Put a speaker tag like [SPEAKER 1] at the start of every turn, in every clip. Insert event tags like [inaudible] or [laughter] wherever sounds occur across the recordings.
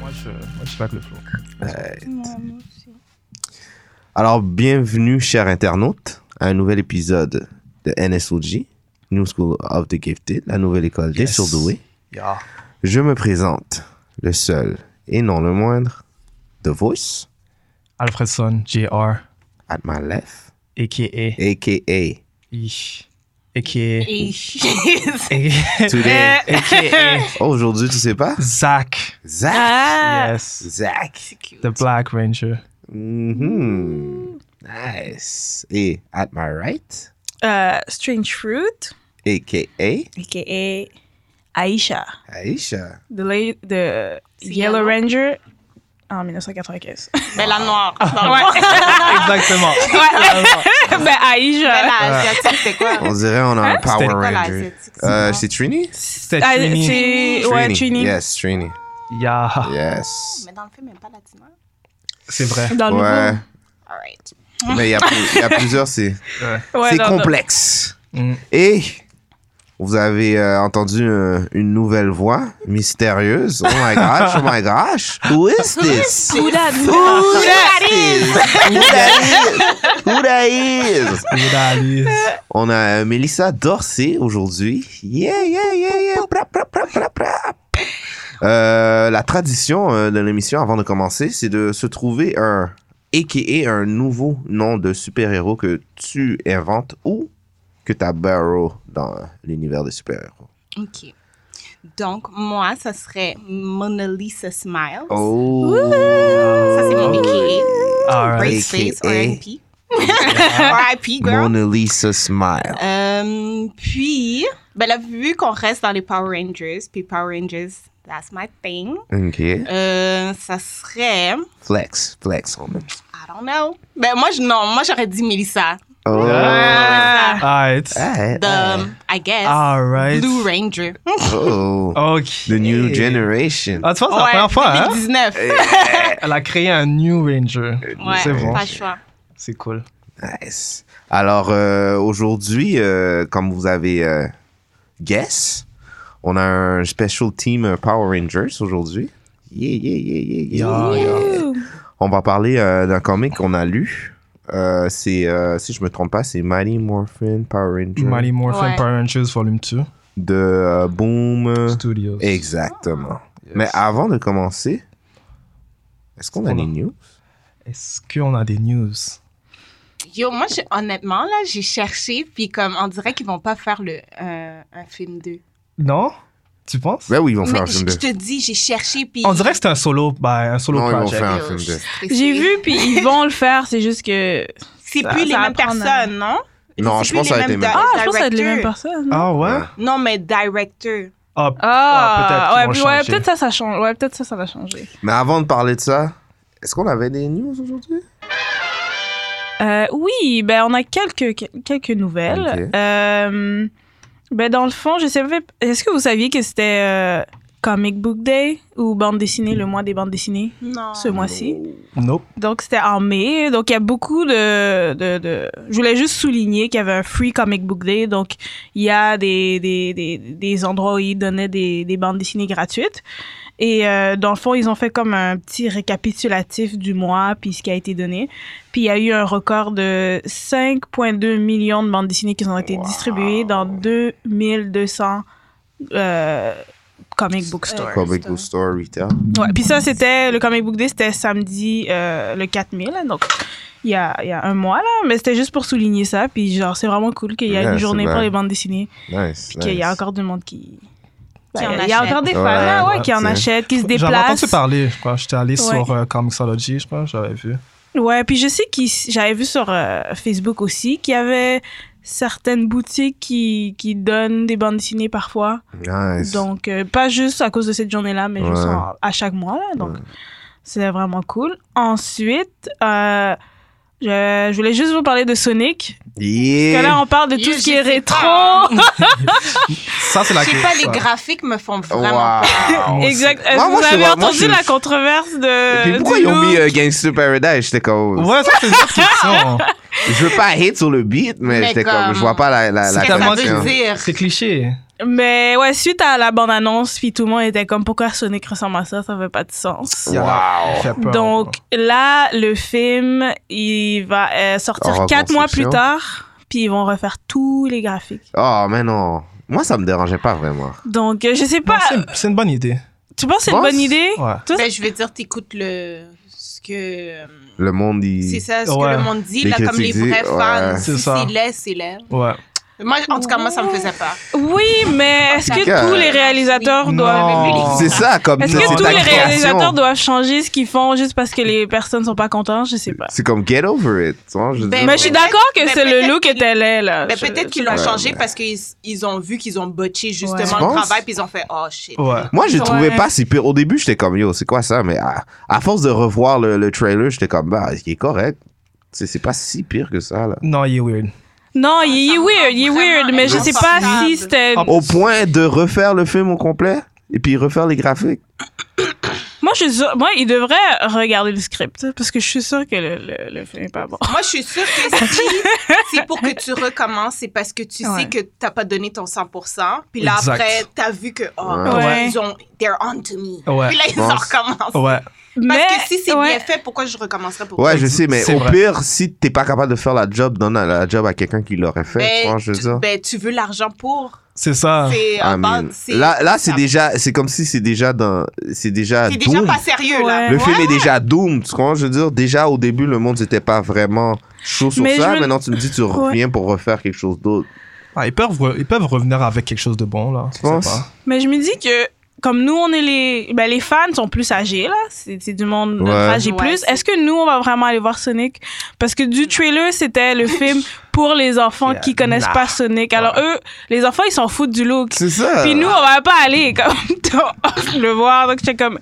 [SPEAKER 1] Moi, je, moi, je claque le flow.
[SPEAKER 2] Alors, bienvenue, chers internautes, à un nouvel épisode de NSOG, New School of the Gifted, la nouvelle école des
[SPEAKER 1] Yes.
[SPEAKER 2] surdoués.
[SPEAKER 1] Yeah.
[SPEAKER 2] Je me présente, le seul et non le moindre, The Voice,
[SPEAKER 1] Alfredson, JR,
[SPEAKER 2] at my left,
[SPEAKER 1] a.k.a.
[SPEAKER 2] a.k.a.
[SPEAKER 1] Ich, a.k.a.
[SPEAKER 2] Today.
[SPEAKER 1] Eh. a.k.a. [laughs]
[SPEAKER 2] Oh, Aujourd'hui, tu sais pas?
[SPEAKER 1] Zach.
[SPEAKER 2] Zach!
[SPEAKER 1] Ah. yes.
[SPEAKER 2] Zach!
[SPEAKER 1] The Black Ranger.
[SPEAKER 2] Mhm. Nice! Et at my right,
[SPEAKER 3] Euh, Strange Fruit,
[SPEAKER 2] a.k.a.
[SPEAKER 3] aka Aisha,
[SPEAKER 2] Aisha.
[SPEAKER 3] the, la- the Yellow Ranger en [laughs] 1995.
[SPEAKER 4] Mais la noire.
[SPEAKER 1] Exactement. Ah,
[SPEAKER 3] ben Aisha,
[SPEAKER 4] la asiatique, c'est quoi?
[SPEAKER 2] On dirait on a un Power
[SPEAKER 1] Hein? C'était-
[SPEAKER 4] Voilà,
[SPEAKER 2] Ranger.
[SPEAKER 4] asiatique.
[SPEAKER 2] Euh, c'est Trini?
[SPEAKER 1] C'était
[SPEAKER 3] Ah,
[SPEAKER 1] Trini.
[SPEAKER 3] c'est ouais, Trini.
[SPEAKER 2] Yes, Trini.
[SPEAKER 1] Yeah.
[SPEAKER 2] Yes.
[SPEAKER 4] Mais dans le film, elle n'est pas latino.
[SPEAKER 1] C'est vrai.
[SPEAKER 3] Dans le
[SPEAKER 2] Ouais.
[SPEAKER 3] nouveau.
[SPEAKER 4] All right.
[SPEAKER 2] Mais il y, a plus- il y a plusieurs, c'est
[SPEAKER 3] Ouais,
[SPEAKER 2] c'est
[SPEAKER 3] dans-
[SPEAKER 2] complexe.
[SPEAKER 1] Mm.
[SPEAKER 2] Et vous avez euh, entendu euh, une nouvelle voix mystérieuse. Oh my gosh, oh my gosh. [laughs] Who is this?
[SPEAKER 3] Who that-
[SPEAKER 2] Who that is? Who that is? Who that is?
[SPEAKER 1] Realise.
[SPEAKER 4] [laughs]
[SPEAKER 2] On a euh, Mélissa Dorsey aujourd'hui. Yeah, yeah, yeah, yeah. Pra, pra, pra, pra, pra. Euh, la tradition euh, de l'émission avant de commencer, c'est de se trouver un a.k.a. un nouveau nom de super-héros que tu inventes ou que tu barrow dans l'univers des super-héros.
[SPEAKER 4] OK. Donc, moi, ça serait Mona Lisa Smiles.
[SPEAKER 2] Oh!
[SPEAKER 4] Ça, c'est mon bikini.
[SPEAKER 1] All right.
[SPEAKER 4] Brace face,
[SPEAKER 2] AKA.
[SPEAKER 1] [laughs]
[SPEAKER 4] R.I.P. R.I.P, girl.
[SPEAKER 2] Oh. Mona Lisa Smile.
[SPEAKER 4] Euh, puis, ben là, vu qu'on reste dans les Power Rangers, puis Power Rangers, that's my thing,
[SPEAKER 2] OK.
[SPEAKER 4] euh, ça serait, I
[SPEAKER 2] Flex, flex, on
[SPEAKER 4] don't know. Ben moi, je, non, moi j'aurais dit Melissa.
[SPEAKER 2] Oh!
[SPEAKER 1] All right.
[SPEAKER 2] Ah,
[SPEAKER 4] The,
[SPEAKER 2] ah,
[SPEAKER 4] I guess,
[SPEAKER 1] All right.
[SPEAKER 4] Blue Ranger.
[SPEAKER 2] oh.
[SPEAKER 1] OK.
[SPEAKER 2] The new generation.
[SPEAKER 1] Ah, tu vois, c'est la
[SPEAKER 4] Ouais,
[SPEAKER 1] première fois, [laughs] hein?
[SPEAKER 4] 2019.
[SPEAKER 1] Elle a créé un New Ranger.
[SPEAKER 4] Ouais,
[SPEAKER 1] c'est bon.
[SPEAKER 4] pas le choix.
[SPEAKER 1] C'est cool.
[SPEAKER 2] Nice. Alors, euh, aujourd'hui, euh, comme vous avez euh, guess, on a un special team euh, Power Rangers aujourd'hui. Yeah, yeah, yeah, yeah, yeah.
[SPEAKER 1] Yeah,
[SPEAKER 2] On va parler euh, d'un comic qu'on a lu. Euh, c'est, euh, si je me trompe pas, c'est Mighty Morphin Power Ranger
[SPEAKER 1] Mighty Morphin
[SPEAKER 4] Ouais.
[SPEAKER 1] Power Rangers Volume 2
[SPEAKER 2] de euh, Boom.
[SPEAKER 1] Studios.
[SPEAKER 2] Exactement. Mais avant de commencer, est-ce qu'on a
[SPEAKER 1] Voilà.
[SPEAKER 2] les news?
[SPEAKER 1] Est-ce qu'on a des news?
[SPEAKER 4] Yo, moi, j'ai- honnêtement, là, j'ai cherché, puis comme, on dirait qu'ils vont pas faire le, euh, un film 2.
[SPEAKER 1] Non? Tu penses?
[SPEAKER 2] Ben oui, ils vont faire
[SPEAKER 4] Mais
[SPEAKER 2] un
[SPEAKER 4] je
[SPEAKER 2] film 2.
[SPEAKER 4] je te dis, j'ai cherché, puis...
[SPEAKER 1] On dirait que c'est un solo, ben, un solo
[SPEAKER 2] Non, ils vont
[SPEAKER 1] project.
[SPEAKER 2] faire un
[SPEAKER 4] Yo,
[SPEAKER 2] film
[SPEAKER 4] je suis
[SPEAKER 2] 2.
[SPEAKER 4] stressée.
[SPEAKER 3] J'ai vu, puis ils vont le faire, c'est juste que.
[SPEAKER 4] C'est
[SPEAKER 3] Ça-
[SPEAKER 4] plus les
[SPEAKER 3] ça va
[SPEAKER 4] mêmes
[SPEAKER 3] prendre un-
[SPEAKER 4] personnes, non?
[SPEAKER 2] Non,
[SPEAKER 4] C'est
[SPEAKER 2] je
[SPEAKER 4] plus
[SPEAKER 2] pense que ça a été
[SPEAKER 4] mêmes
[SPEAKER 2] même-
[SPEAKER 4] di-
[SPEAKER 3] Ah, je pense que ça va être les mêmes
[SPEAKER 4] directeurs.
[SPEAKER 3] personnes.
[SPEAKER 1] Ah ouais?
[SPEAKER 4] Non, mais directeur.
[SPEAKER 1] Ah,
[SPEAKER 3] Ah,
[SPEAKER 1] Ah,
[SPEAKER 3] ouais,
[SPEAKER 1] peut-être qu'ils
[SPEAKER 3] puis
[SPEAKER 1] vont
[SPEAKER 3] ouais,
[SPEAKER 1] changer.
[SPEAKER 3] peut-être ça, ça change. Ouais, peut-être ça, ça va changer.
[SPEAKER 2] Mais avant de parler de ça, est-ce qu'on avait des news aujourd'hui?
[SPEAKER 3] Euh, oui, ben on a quelques, quelques nouvelles.
[SPEAKER 2] Ok.
[SPEAKER 3] Euh, ben dans le fond, je sais pas, est-ce que vous saviez que c'était euh, Comic Book Day ou bande dessinée, le mois des bandes dessinées
[SPEAKER 4] Non.
[SPEAKER 3] ce mois-ci?
[SPEAKER 1] nope.
[SPEAKER 3] Donc c'était en mai, donc il y a beaucoup de, de, de- Je voulais juste souligner qu'il y avait un Free Comic Book Day, donc il y a des, des, des, des endroits où ils donnaient des, des bandes dessinées gratuites. Et euh, dans le fond, ils ont fait comme un petit récapitulatif du mois, puis ce qui a été donné. Puis il y a eu un record de 5,2 millions de bandes dessinées qui ont été distribuées dans 2200 euh, comic book stores.
[SPEAKER 2] Comic Book Store Retail.
[SPEAKER 3] Ouais, puis ça, c'était le Comic Book Day, c'était samedi euh, le 4 mai, là, donc il y a, il y a un mois, là, mais c'était juste pour souligner ça, puis genre, c'est vraiment cool qu'il y ait
[SPEAKER 2] Ouais,
[SPEAKER 3] une
[SPEAKER 2] c'est
[SPEAKER 3] journée
[SPEAKER 2] bien.
[SPEAKER 3] pour les bandes dessinées,
[SPEAKER 2] Nice.
[SPEAKER 3] puis qu'il y a encore du monde qui.
[SPEAKER 4] Qui en
[SPEAKER 3] il y a
[SPEAKER 4] achète.
[SPEAKER 3] encore des fans
[SPEAKER 2] Ouais,
[SPEAKER 3] là, ouais,
[SPEAKER 2] ouais,
[SPEAKER 3] qui en
[SPEAKER 2] c'est-
[SPEAKER 3] achètent, qui se
[SPEAKER 1] J'en ai entendu
[SPEAKER 3] déplacent.
[SPEAKER 1] parler, je crois. J'étais allé sur
[SPEAKER 3] Ouais.
[SPEAKER 1] euh, Comixology, je crois, j'avais vu.
[SPEAKER 3] Ouais, puis je sais que j'avais vu sur euh, Facebook aussi qu'il y avait certaines boutiques qui, qui donnent des bandes dessinées parfois.
[SPEAKER 2] Nice.
[SPEAKER 3] Donc, euh, pas juste à cause de cette journée-là, mais juste
[SPEAKER 2] Ouais.
[SPEAKER 3] en- à chaque mois. Là, donc,
[SPEAKER 2] Ouais.
[SPEAKER 3] c'est vraiment cool. Ensuite, euh, je, je voulais juste vous parler de Sonic. Parce
[SPEAKER 2] yeah.
[SPEAKER 3] que là, on parle de tout
[SPEAKER 4] Yeah,
[SPEAKER 3] ce qui
[SPEAKER 4] je
[SPEAKER 3] est
[SPEAKER 4] sais
[SPEAKER 3] rétro.
[SPEAKER 4] pas.
[SPEAKER 1] Ça, c'est la
[SPEAKER 4] Je sais
[SPEAKER 1] clé,
[SPEAKER 4] pas,
[SPEAKER 1] ça.
[SPEAKER 4] les graphiques me font vraiment peur.
[SPEAKER 2] [laughs] Wow.
[SPEAKER 3] exact.
[SPEAKER 2] C'est-
[SPEAKER 3] Est-ce
[SPEAKER 2] Moi,
[SPEAKER 3] que
[SPEAKER 2] moi,
[SPEAKER 3] vous
[SPEAKER 2] je sais
[SPEAKER 3] avez
[SPEAKER 2] pas. Moi,
[SPEAKER 3] entendu
[SPEAKER 2] je-
[SPEAKER 3] la controverse de.
[SPEAKER 2] Puis pourquoi
[SPEAKER 3] du
[SPEAKER 2] ils ont mis
[SPEAKER 3] look?
[SPEAKER 2] euh, Gangster Paradise? J'étais comme.
[SPEAKER 1] Ouais, ça, c'est une
[SPEAKER 2] [laughs]
[SPEAKER 1] autre question.
[SPEAKER 2] Je veux pas hate sur le beat, mais,
[SPEAKER 4] Mais
[SPEAKER 2] j'étais comme...
[SPEAKER 4] comme-
[SPEAKER 2] Je vois pas la, la,
[SPEAKER 1] C'est
[SPEAKER 2] la
[SPEAKER 4] Qu'est-ce que ça
[SPEAKER 1] tellement
[SPEAKER 2] connexion.
[SPEAKER 4] veut dire?
[SPEAKER 1] C'est cliché.
[SPEAKER 3] Mais ouais, suite à la bande-annonce, puis tout le monde était comme pourquoi Sonic ressemble à ça, ça fait pas de sens.
[SPEAKER 1] Il y en a-
[SPEAKER 2] Wow.
[SPEAKER 1] fait peur.
[SPEAKER 3] Donc là, le film, il va euh, sortir
[SPEAKER 2] En
[SPEAKER 3] quatre mois plus
[SPEAKER 2] reconstruction.
[SPEAKER 3] tard, puis ils vont refaire tous les graphiques.
[SPEAKER 2] Oh, mais non. Moi, ça me dérangeait pas vraiment.
[SPEAKER 3] Donc euh, je sais
[SPEAKER 1] Non,
[SPEAKER 3] pas,
[SPEAKER 1] c'est- c'est une bonne idée.
[SPEAKER 3] tu penses que c'est une
[SPEAKER 2] Pense-
[SPEAKER 3] bonne idée
[SPEAKER 1] Ouais.
[SPEAKER 3] Toi,
[SPEAKER 4] Ben, je veux dire, t'écoutes le... ce que...
[SPEAKER 2] Le monde, il.
[SPEAKER 4] C'est ça, ce
[SPEAKER 1] Ouais.
[SPEAKER 4] que le monde dit,
[SPEAKER 2] Les
[SPEAKER 4] là, comme les
[SPEAKER 2] critiques disent,
[SPEAKER 4] vrais fans.
[SPEAKER 2] ouais.
[SPEAKER 4] Si
[SPEAKER 1] C'est ça.
[SPEAKER 4] c'est laid, c'est laid.
[SPEAKER 1] Ouais.
[SPEAKER 4] Moi, en tout cas, moi, ça me faisait peur.
[SPEAKER 3] Oui, mais
[SPEAKER 4] Oh
[SPEAKER 3] est-ce que
[SPEAKER 2] D'accord.
[SPEAKER 3] tous les réalisateurs
[SPEAKER 1] Non.
[SPEAKER 3] doivent
[SPEAKER 1] Oh.
[SPEAKER 2] C'est ça, comme
[SPEAKER 3] Est-ce
[SPEAKER 2] c'est
[SPEAKER 3] que
[SPEAKER 2] ta
[SPEAKER 3] tous les
[SPEAKER 2] création.
[SPEAKER 3] réalisateurs doivent changer ce qu'ils font juste parce que les personnes sont pas contentes Je sais pas.
[SPEAKER 2] C'est comme get over it. tu vois, je veux
[SPEAKER 4] Ben,
[SPEAKER 2] dire.
[SPEAKER 3] Mais je suis
[SPEAKER 4] peut-être-
[SPEAKER 3] d'accord que
[SPEAKER 4] mais
[SPEAKER 3] c'est le
[SPEAKER 4] peut-être
[SPEAKER 3] look
[SPEAKER 4] qu'ils-
[SPEAKER 3] était laid là.
[SPEAKER 4] Mais
[SPEAKER 3] Je-
[SPEAKER 4] Ben, peut-être qu'ils l'ont changé parce qu'ils ils ont vu qu'ils ont botché justement
[SPEAKER 3] Ouais. Tu
[SPEAKER 4] le
[SPEAKER 2] penses?
[SPEAKER 4] travail, puis ils ont fait « Oh, shit
[SPEAKER 1] Ouais.
[SPEAKER 2] Moi, je
[SPEAKER 3] Ouais.
[SPEAKER 2] trouvais pas si pire. Au début, j'étais comme, yo, c'est quoi ça? Mais à, à force de revoir le, le trailer, j'étais comme, bah, il est correct. C'est c'est pas si pire que ça, là.
[SPEAKER 1] Non, il est weird.
[SPEAKER 3] Non, il est
[SPEAKER 4] Ça me
[SPEAKER 3] weird,
[SPEAKER 4] semble
[SPEAKER 3] il est
[SPEAKER 4] vraiment
[SPEAKER 3] weird, mais je sais pas
[SPEAKER 4] insupportable.
[SPEAKER 3] si c'était.
[SPEAKER 1] Ah,
[SPEAKER 2] Au point de refaire le film au complet et puis refaire les graphiques.
[SPEAKER 3] Moi, je suis sûre- moi, il devrait regarder le script parce que je suis sûre que le, le, le film est pas bon. ».
[SPEAKER 4] Moi, je suis sûre
[SPEAKER 3] [laughs]
[SPEAKER 4] que si c'est pour que tu recommences, c'est parce que tu
[SPEAKER 3] Ouais.
[SPEAKER 4] sais que t'as pas donné ton 100%. Puis là,
[SPEAKER 1] Exact.
[SPEAKER 4] après, t'as vu que « Oh,
[SPEAKER 3] Ouais.
[SPEAKER 4] ils ont... They're on to me.
[SPEAKER 1] Ouais.
[SPEAKER 4] Puis là, ils
[SPEAKER 2] Bon.
[SPEAKER 4] en recommencent.
[SPEAKER 1] Ouais.
[SPEAKER 4] Parce
[SPEAKER 3] mais
[SPEAKER 4] que si c'est
[SPEAKER 3] ouais.
[SPEAKER 4] bien fait, pourquoi je recommencerais pour
[SPEAKER 2] Ouais,
[SPEAKER 4] toi?
[SPEAKER 2] je sais, mais
[SPEAKER 1] C'est
[SPEAKER 2] au
[SPEAKER 1] vrai.
[SPEAKER 2] pire, si t'es pas capable de faire la job, donne la, la job à quelqu'un qui l'aurait fait. tu vois,
[SPEAKER 4] Ben,
[SPEAKER 2] je veux
[SPEAKER 4] tu,
[SPEAKER 2] dire. Ah.
[SPEAKER 4] ben, tu veux l'argent pour.
[SPEAKER 1] C'est ça.
[SPEAKER 4] C'est
[SPEAKER 2] I
[SPEAKER 4] en bas,
[SPEAKER 2] mean,
[SPEAKER 4] c'est-
[SPEAKER 2] là, là c'est déjà, c'est comme si c'est déjà dans, c'est déjà
[SPEAKER 4] C'est déjà
[SPEAKER 2] Doom.
[SPEAKER 4] pas sérieux, là.
[SPEAKER 2] Le
[SPEAKER 3] Ouais.
[SPEAKER 2] film est déjà doom, tu comprends? Je veux dire, déjà au début, le monde n'était pas vraiment chaud sur
[SPEAKER 3] Mais
[SPEAKER 2] ça.
[SPEAKER 3] je me-
[SPEAKER 2] Maintenant, tu me dis, tu reviens pour refaire quelque chose d'autre.
[SPEAKER 1] Ah, ils, peuvent re- ils peuvent revenir avec quelque chose de bon, là. Je sais
[SPEAKER 2] penses?
[SPEAKER 1] pas.
[SPEAKER 3] Mais je me dis que comme nous, on est les, ben, les fans sont plus âgés là, c'est c'est du monde de notre
[SPEAKER 2] Ouais.
[SPEAKER 3] âge et
[SPEAKER 4] Ouais,
[SPEAKER 3] plus.
[SPEAKER 4] c'est-
[SPEAKER 3] Est-ce que nous, on va vraiment aller voir Sonic Parce que du trailer, c'était le film pour les enfants
[SPEAKER 1] Yeah,
[SPEAKER 3] qui connaissent
[SPEAKER 1] nah.
[SPEAKER 3] pas Sonic. Alors eux, les enfants, ils s'en foutent du look.
[SPEAKER 2] C'est ça.
[SPEAKER 3] Puis nous, on va pas aller [laughs] comme le voir. Donc j'étais comme,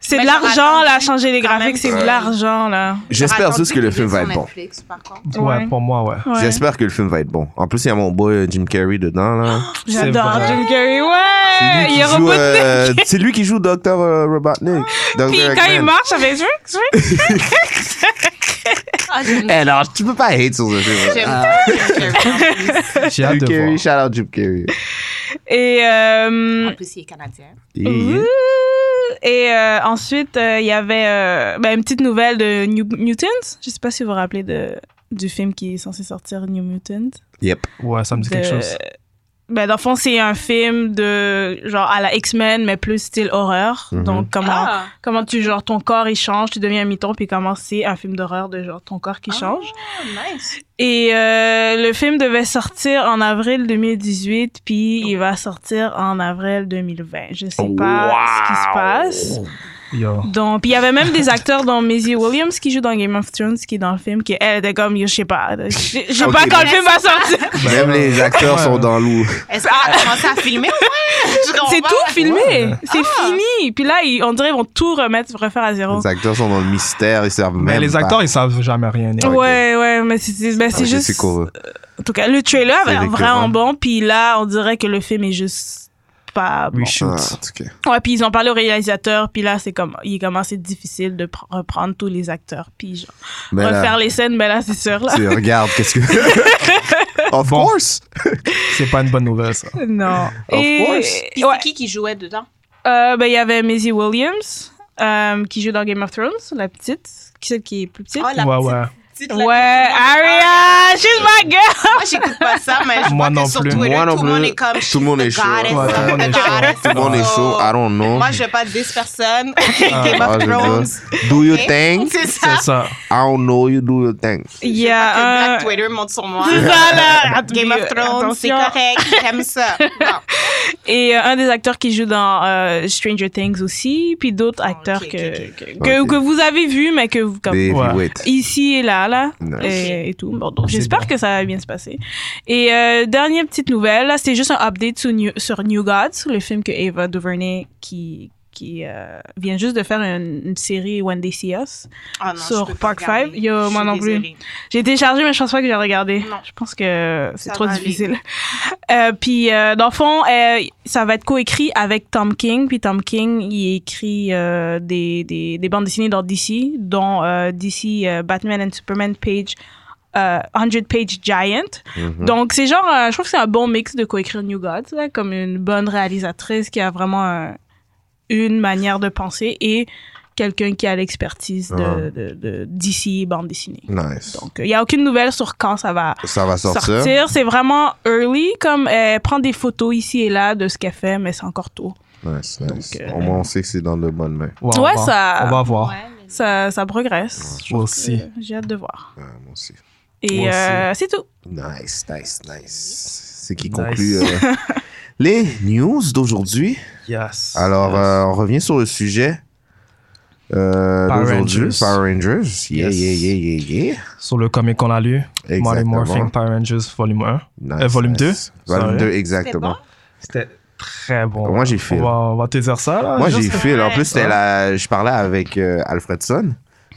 [SPEAKER 3] c'est de
[SPEAKER 4] Mais j'aurais
[SPEAKER 3] l'argent là,
[SPEAKER 4] attendu
[SPEAKER 3] changer les
[SPEAKER 4] quand même
[SPEAKER 3] graphiques, c'est de
[SPEAKER 4] que-
[SPEAKER 3] l'argent là.
[SPEAKER 2] J'espère juste que le film va être bon.
[SPEAKER 1] Ouais,
[SPEAKER 3] Ouais.
[SPEAKER 1] pour moi, ouais.
[SPEAKER 3] Ouais.
[SPEAKER 2] J'espère que le film va être bon. En plus, il y a mon boy euh, Jim Carrey dedans, là.
[SPEAKER 3] J'adore
[SPEAKER 1] C'est vrai.
[SPEAKER 3] Jim Carrey,
[SPEAKER 2] C'est
[SPEAKER 3] ouais!
[SPEAKER 2] lui
[SPEAKER 3] Il
[SPEAKER 2] qui
[SPEAKER 3] est
[SPEAKER 2] joue,
[SPEAKER 3] robot.
[SPEAKER 2] euh, c'est lui qui joue Dr. euh, Robotnik. Dr.
[SPEAKER 3] [laughs] Puis quand il
[SPEAKER 2] Eggman.
[SPEAKER 3] marche avec Rick, Rick,
[SPEAKER 2] Eh non, tu peux pas hate sur ce film. Ah. [laughs]
[SPEAKER 1] J'ai
[SPEAKER 2] Jim
[SPEAKER 1] hâte de
[SPEAKER 2] Carrey,
[SPEAKER 1] voir.
[SPEAKER 2] shout out Jim Carrey.
[SPEAKER 3] Et, euh,
[SPEAKER 4] En plus, il est canadien.
[SPEAKER 2] Yeah.
[SPEAKER 3] Mm-hmm. et euh, ensuite, euh, il y avait euh, ben, une petite nouvelle de New Mutants. Je sais pas si vous vous rappelez de, du film qui est censé sortir, New Mutants.
[SPEAKER 2] Yep.
[SPEAKER 1] Ouais, ça me dit quelque
[SPEAKER 3] De-
[SPEAKER 1] chose.
[SPEAKER 3] Ben, dans le fond, c'est un film de genre à la X-Men, mais plus style horreur.
[SPEAKER 2] Mhm.
[SPEAKER 3] Donc, comment,
[SPEAKER 4] Ah.
[SPEAKER 3] comment tu, genre, ton corps, il change, tu deviens un miton, puis comment c'est un film d'horreur de genre ton corps qui
[SPEAKER 4] Ah.
[SPEAKER 3] change.
[SPEAKER 4] Oh, nice.
[SPEAKER 3] Et euh, le film devait sortir en avril 2018, puis il va sortir en avril 2020. Je sais pas ce qui se passe.
[SPEAKER 1] Yo.
[SPEAKER 3] Donc, puis il y avait même des acteurs dont Maisie Williams qui joue dans Game of Thrones, qui est dans le film, qui elle était comme, je sais pas, je je sais
[SPEAKER 2] Ah, Ok,
[SPEAKER 3] pas quand
[SPEAKER 2] bon.
[SPEAKER 3] le film va sortir.
[SPEAKER 2] Même les acteurs
[SPEAKER 1] Ben, Ouais.
[SPEAKER 2] sont dans l'eau.
[SPEAKER 4] Est-ce qu'on
[SPEAKER 3] Ah.
[SPEAKER 4] a commencé à
[SPEAKER 3] [laughs]
[SPEAKER 4] filmer? Ouais. Je comprends
[SPEAKER 3] C'est
[SPEAKER 4] pas.
[SPEAKER 3] tout filmé,
[SPEAKER 1] Ouais.
[SPEAKER 3] c'est
[SPEAKER 2] Ah.
[SPEAKER 3] fini. Puis là, ils- on dirait qu'ils vont tout remettre, refaire à zéro.
[SPEAKER 2] Les acteurs sont dans le mystère, ils servent
[SPEAKER 1] Mais
[SPEAKER 2] même
[SPEAKER 1] Ben, les
[SPEAKER 2] pas.
[SPEAKER 1] acteurs, ils savent jamais rien.
[SPEAKER 2] ok.
[SPEAKER 3] Ouais, ouais, mais c'est- c'est ben, c'est
[SPEAKER 2] Ok,
[SPEAKER 3] juste.
[SPEAKER 2] C'est cool.
[SPEAKER 3] En tout cas, le trailer
[SPEAKER 2] C'est
[SPEAKER 3] avait l'air vraiment
[SPEAKER 2] récurrent.
[SPEAKER 3] bon, puis là, on dirait que le film est juste pas bon.
[SPEAKER 1] Reshoot.
[SPEAKER 2] Ah, en tout cas.
[SPEAKER 3] Ouais, puis ils ont parlé au réalisateur, puis là, c'est comme, il commence à être difficile de pr- reprendre tous les acteurs, puis genre,
[SPEAKER 2] Mais là,
[SPEAKER 3] refaire les scènes, ben là, c'est sûr, là.
[SPEAKER 2] tu regardes, qu'est-ce que. of
[SPEAKER 1] Bon.
[SPEAKER 2] course!
[SPEAKER 1] C'est pas une bonne nouvelle, ça.
[SPEAKER 3] [laughs] Non.
[SPEAKER 2] Of
[SPEAKER 3] Et-
[SPEAKER 2] course.
[SPEAKER 4] Puis
[SPEAKER 3] ouais,
[SPEAKER 4] c'est qui qui jouait dedans?
[SPEAKER 3] euh, ben, il y avait Maisie Williams, euh, qui joue dans Game of Thrones, la petite, qui- celle qui est plus petite.
[SPEAKER 4] Oh, la
[SPEAKER 1] ouais,
[SPEAKER 4] petite-
[SPEAKER 1] ouais.
[SPEAKER 4] petite, là,
[SPEAKER 3] Ouais,
[SPEAKER 4] qui joue dedans.
[SPEAKER 3] Aria, she's my girl.
[SPEAKER 4] Moi, j'écoute pas ça, mais je
[SPEAKER 1] Moi
[SPEAKER 4] vois que
[SPEAKER 1] non
[SPEAKER 4] sur
[SPEAKER 1] plus.
[SPEAKER 4] Twitter,
[SPEAKER 2] Moi non
[SPEAKER 4] tout le monde
[SPEAKER 2] plus.
[SPEAKER 4] est comme...
[SPEAKER 2] Tout le monde est chaud.
[SPEAKER 4] goddess,
[SPEAKER 1] Ouais, tout le monde est
[SPEAKER 4] the
[SPEAKER 1] chaud.
[SPEAKER 4] goddess. oh."
[SPEAKER 2] Tout le monde
[SPEAKER 3] Oh.
[SPEAKER 2] est chaud. I don't know.
[SPEAKER 4] Moi, je veux pas 10 personnes. Ok,
[SPEAKER 1] Ah,
[SPEAKER 4] Game
[SPEAKER 2] Ah,
[SPEAKER 4] of
[SPEAKER 2] je
[SPEAKER 4] Thrones.
[SPEAKER 2] veux dire, Do your
[SPEAKER 4] Ok.
[SPEAKER 2] thing.
[SPEAKER 4] C'est
[SPEAKER 1] C'est
[SPEAKER 4] ça.
[SPEAKER 1] ça.
[SPEAKER 2] I don't know, you do your thing.
[SPEAKER 3] Il
[SPEAKER 4] Je
[SPEAKER 3] y
[SPEAKER 4] veux pas que
[SPEAKER 3] a un...
[SPEAKER 4] Black Twitter monte sur moi.
[SPEAKER 3] C'est ça,
[SPEAKER 4] [laughs]
[SPEAKER 3] là.
[SPEAKER 4] Game of Thrones, c'est
[SPEAKER 3] Attention.
[SPEAKER 4] correct. J'aime
[SPEAKER 3] [laughs]
[SPEAKER 4] ça. Non.
[SPEAKER 3] Et euh, un des acteurs qui joue dans euh, Stranger Things aussi, puis d'autres
[SPEAKER 4] Oh,
[SPEAKER 3] acteurs
[SPEAKER 4] ok,
[SPEAKER 3] que,
[SPEAKER 4] ok,
[SPEAKER 3] Que,
[SPEAKER 2] Ok.
[SPEAKER 3] que vous avez vu, mais que vous... Comme,
[SPEAKER 2] Des
[SPEAKER 1] Ouais.
[SPEAKER 2] heavyweights.
[SPEAKER 3] ici et là, là.
[SPEAKER 2] Nice.
[SPEAKER 3] Et, et tout. Bon, donc,
[SPEAKER 1] C'est
[SPEAKER 3] j'espère
[SPEAKER 1] bon.
[SPEAKER 3] que ça va bien se passer. Et euh, dernière petite nouvelle, là, c'est juste un update sur New, sur New Gods, le film que Ava DuVernay, qui, qui euh, vient juste de faire une, une série When They See Us.
[SPEAKER 4] Ah non, je
[SPEAKER 3] Sur
[SPEAKER 4] peux pas
[SPEAKER 3] Park
[SPEAKER 4] regarder.
[SPEAKER 3] Five, yo,
[SPEAKER 4] Je suis
[SPEAKER 3] moi non plus.
[SPEAKER 4] désolée.
[SPEAKER 3] J'ai téléchargé, mais je pense pas que j'ai regardé.
[SPEAKER 4] Non.
[SPEAKER 3] Je pense que c'est
[SPEAKER 4] Ça
[SPEAKER 3] trop
[SPEAKER 4] va aller.
[SPEAKER 3] difficile. [laughs] Euh, puis, euh, dans le fond, euh, ça va être coécrit avec Tom King. Puis, Tom King, il écrit euh, des, des, des bandes dessinées dans DC, dont euh, DC euh, Batman and Superman Page. euh, 100 Page Giant.
[SPEAKER 2] Mhm.
[SPEAKER 3] Donc, c'est genre, euh, je trouve que c'est un bon mix de coécrire New Gods, là, comme une bonne réalisatrice qui a vraiment un- une manière de penser et quelqu'un qui a l'expertise de,
[SPEAKER 2] Ah.
[SPEAKER 3] de, de DC bande dessinée.
[SPEAKER 2] Nice.
[SPEAKER 3] Donc, il n'y a aucune nouvelle sur quand ça va
[SPEAKER 2] ça va sortir.
[SPEAKER 3] sortir. C'est vraiment early, comme elle prend des photos ici et là de ce qu'elle fait, mais c'est encore tôt.
[SPEAKER 2] Nice, nice.
[SPEAKER 3] Donc, euh,
[SPEAKER 2] Au moins, on sait que c'est dans de bonnes mains.
[SPEAKER 1] Ouais, on
[SPEAKER 3] Ouais,
[SPEAKER 1] va-
[SPEAKER 3] ça-
[SPEAKER 1] On va voir.
[SPEAKER 4] Ouais, mais-
[SPEAKER 3] Ça, ça progresse.
[SPEAKER 1] Moi aussi.
[SPEAKER 3] Euh, J'ai hâte de voir.
[SPEAKER 2] Ouais, Ah, moi aussi.
[SPEAKER 3] Et
[SPEAKER 1] Moi aussi.
[SPEAKER 3] euh, c'est tout. [laughs]
[SPEAKER 2] Nice, nice, nice. C'est qui
[SPEAKER 1] Nice.
[SPEAKER 2] conclut
[SPEAKER 3] [laughs]
[SPEAKER 2] euh, les news d'aujourd'hui.
[SPEAKER 1] Yes.
[SPEAKER 2] Alors, euh, on revient sur le sujet euh,
[SPEAKER 1] Power
[SPEAKER 2] d'aujourd'hui.
[SPEAKER 1] Rangers.
[SPEAKER 2] Power Rangers. Yeah,
[SPEAKER 1] Yes.
[SPEAKER 2] yeah, yeah, yeah, yeah.
[SPEAKER 1] Sur le comic qu'on a lu, Molly
[SPEAKER 2] Exactement.
[SPEAKER 1] Morphing Power Rangers Volume 1.
[SPEAKER 2] Nice,
[SPEAKER 1] Euh, volume deux?
[SPEAKER 2] Volume
[SPEAKER 1] Sorry.
[SPEAKER 2] 2, exactement.
[SPEAKER 1] C'était très bon.
[SPEAKER 2] Moi, j'ai fait.
[SPEAKER 1] On va, on va te dire Ah, ça, là.
[SPEAKER 2] Moi, j'ai
[SPEAKER 1] Juste-
[SPEAKER 2] fait. En plus, c'était
[SPEAKER 1] Ouais.
[SPEAKER 2] la... je parlais avec euh, Alfredson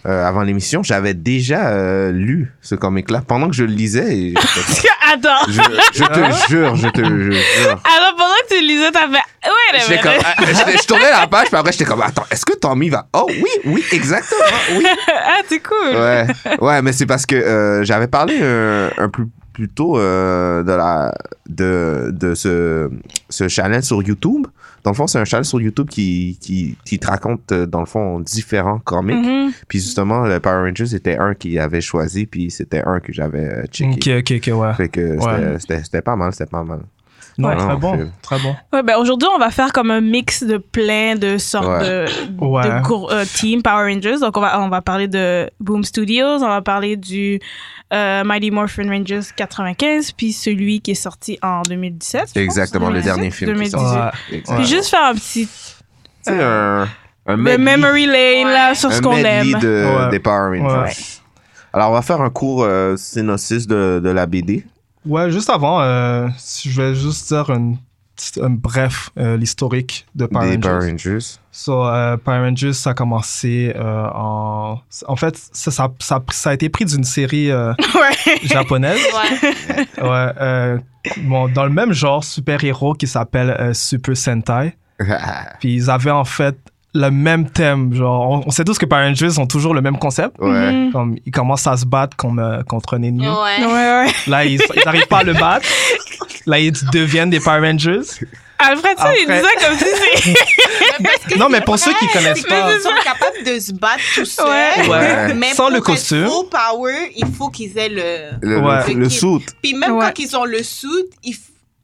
[SPEAKER 2] euh, avant l'émission. J'avais déjà euh, lu ce comic-là pendant que je le lisais. et-
[SPEAKER 3] Attends.
[SPEAKER 2] [laughs] je, je te jure, je te jure.
[SPEAKER 3] Alors, pendant que tu le lisais, t'as fait. Ouais, la
[SPEAKER 2] J'étais comme,
[SPEAKER 3] vérité.
[SPEAKER 2] ah, je, je tournais la page, puis après, j'étais comme, attends, est-ce que Tommy va. Oh oui, oui, exactement, oui.
[SPEAKER 3] [laughs] ah, c'est cool.
[SPEAKER 2] Ouais, ouais mais c'est parce que euh, j'avais parlé un, un plus, plus tôt euh, de, la, de, de ce, ce channel sur YouTube. Dans le fond, c'est un channel sur YouTube qui, qui, qui te raconte, euh, dans le fond, différents comics.
[SPEAKER 3] Mhm.
[SPEAKER 2] Puis justement, le Power Rangers, c'était un qu'il avait choisi, puis c'était un que j'avais euh, checké.
[SPEAKER 1] Ok, ok, ok, ouais.
[SPEAKER 2] Fait que c'était-
[SPEAKER 1] Ouais.
[SPEAKER 2] c'était c'était pas mal, c'était pas mal.
[SPEAKER 1] Non,
[SPEAKER 2] Ouais.
[SPEAKER 1] très
[SPEAKER 2] Non,
[SPEAKER 1] bon.
[SPEAKER 2] c'est-
[SPEAKER 1] Très bon.
[SPEAKER 3] Ouais, ben aujourd'hui, on va faire comme un mix de plein de sortes
[SPEAKER 2] Ouais.
[SPEAKER 3] de,
[SPEAKER 1] Ouais.
[SPEAKER 3] de cour- euh, team Power Rangers. Donc, on va, on va parler de Boom Studios, on va parler du euh, Mighty Morphin Rangers 95, puis celui qui est sorti en 2017. je
[SPEAKER 2] Exactement,
[SPEAKER 3] pense,
[SPEAKER 2] le
[SPEAKER 3] 2017,
[SPEAKER 2] dernier film. qui est
[SPEAKER 3] 2018.
[SPEAKER 2] sorti.
[SPEAKER 1] Ouais.
[SPEAKER 2] Exactement.
[SPEAKER 3] Puis juste faire un petit
[SPEAKER 2] Tu sais, un, un
[SPEAKER 3] le
[SPEAKER 2] medley-
[SPEAKER 3] memory lane là,
[SPEAKER 4] Ouais.
[SPEAKER 3] sur ce
[SPEAKER 2] un
[SPEAKER 3] qu'on
[SPEAKER 2] medley
[SPEAKER 3] aime.
[SPEAKER 2] de,
[SPEAKER 1] Ouais.
[SPEAKER 2] des Power Rangers.
[SPEAKER 1] Ouais.
[SPEAKER 2] Alors, on va faire un court euh, synopsis de, de la BD.
[SPEAKER 1] Ouais, juste avant, euh, si je vais juste dire une petite- un bref euh, l'historique de Power
[SPEAKER 2] des
[SPEAKER 1] Rangers.
[SPEAKER 2] Power Rangers.
[SPEAKER 1] So, euh, Power Rangers, ça a commencé euh, en. En fait, ça, ça, ça, ça a été pris d'une série euh,
[SPEAKER 3] [laughs] Ouais.
[SPEAKER 1] japonaise.
[SPEAKER 4] Ouais.
[SPEAKER 1] ouais, euh, bon, dans le même genre, super-héros qui s'appelle euh, Super Sentai. Puis ils avaient en fait le même thème. Genre, on, on sait tous que Power Rangers ont toujours le même concept.
[SPEAKER 2] [laughs] ouais.
[SPEAKER 3] Mhm.
[SPEAKER 1] Comme, ils commencent à se battre comme, euh, contre un ennemi.
[SPEAKER 3] Ouais,
[SPEAKER 4] Ouais.
[SPEAKER 3] ouais.
[SPEAKER 1] Là, ils n'arrivent pas à le battre. Là, ils deviennent des Power Rangers.
[SPEAKER 3] Alfred, ça, il dit
[SPEAKER 1] Après-
[SPEAKER 3] ça comme si
[SPEAKER 1] [laughs]
[SPEAKER 3] c'est.
[SPEAKER 1] Non, mais pour ceux qui connaissent
[SPEAKER 4] C'est
[SPEAKER 1] pas.
[SPEAKER 4] qu'ils sont capables de se battre tout seuls.
[SPEAKER 3] Ouais.
[SPEAKER 2] Ouais.
[SPEAKER 4] Mais
[SPEAKER 1] Sans
[SPEAKER 4] pour
[SPEAKER 1] le
[SPEAKER 4] être
[SPEAKER 1] costume.
[SPEAKER 4] full power, il faut qu'ils aient le.
[SPEAKER 2] Le,
[SPEAKER 1] Ouais.
[SPEAKER 2] le, le suit.
[SPEAKER 4] Puis même
[SPEAKER 3] Ouais.
[SPEAKER 4] quand ils ont le suit, il f-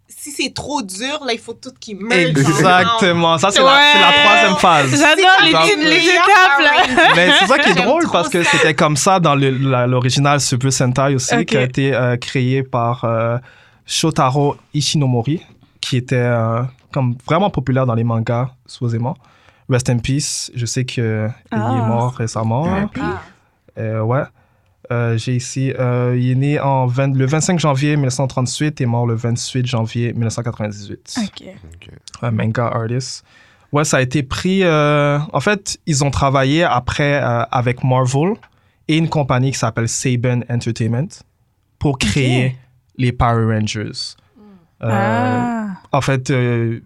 [SPEAKER 4] si c'est trop dur, là, il faut tout qu'ils meurent.
[SPEAKER 1] Exactement. Ça, c'est la- c'est la,
[SPEAKER 3] Ouais.
[SPEAKER 1] troisième phase.
[SPEAKER 3] J'adore les,
[SPEAKER 1] comme-
[SPEAKER 3] petites- les étapes là.
[SPEAKER 1] [laughs] Mais c'est ça qui est
[SPEAKER 4] [laughs] J'aime
[SPEAKER 1] drôle
[SPEAKER 4] trop
[SPEAKER 1] parce que
[SPEAKER 4] ça.
[SPEAKER 1] c'était comme ça dans le- la- l'original Super Sentai aussi,
[SPEAKER 3] Ok.
[SPEAKER 1] qui a été euh, créé par euh, Shotaro Ishinomori, qui était euh, comme vraiment populaire dans les mangas, supposément. Rest in peace. Je sais qu'il est
[SPEAKER 3] Ah.
[SPEAKER 1] mort récemment.
[SPEAKER 2] Ouais.
[SPEAKER 4] Ah.
[SPEAKER 1] Euh, ouais. Euh, J'ai ici, euh, il est né en 20 le 25 janvier 1938 et mort le 28 janvier 1998.
[SPEAKER 3] Ok.
[SPEAKER 1] un euh, manga artist. Ouais, ça a été pris. euh, en fait, ils ont travaillé après euh, avec Marvel et une compagnie qui s'appelle Saban Entertainment pour créer les Power Rangers. Euh,
[SPEAKER 3] Hmm. Ah.
[SPEAKER 1] En fait, euh,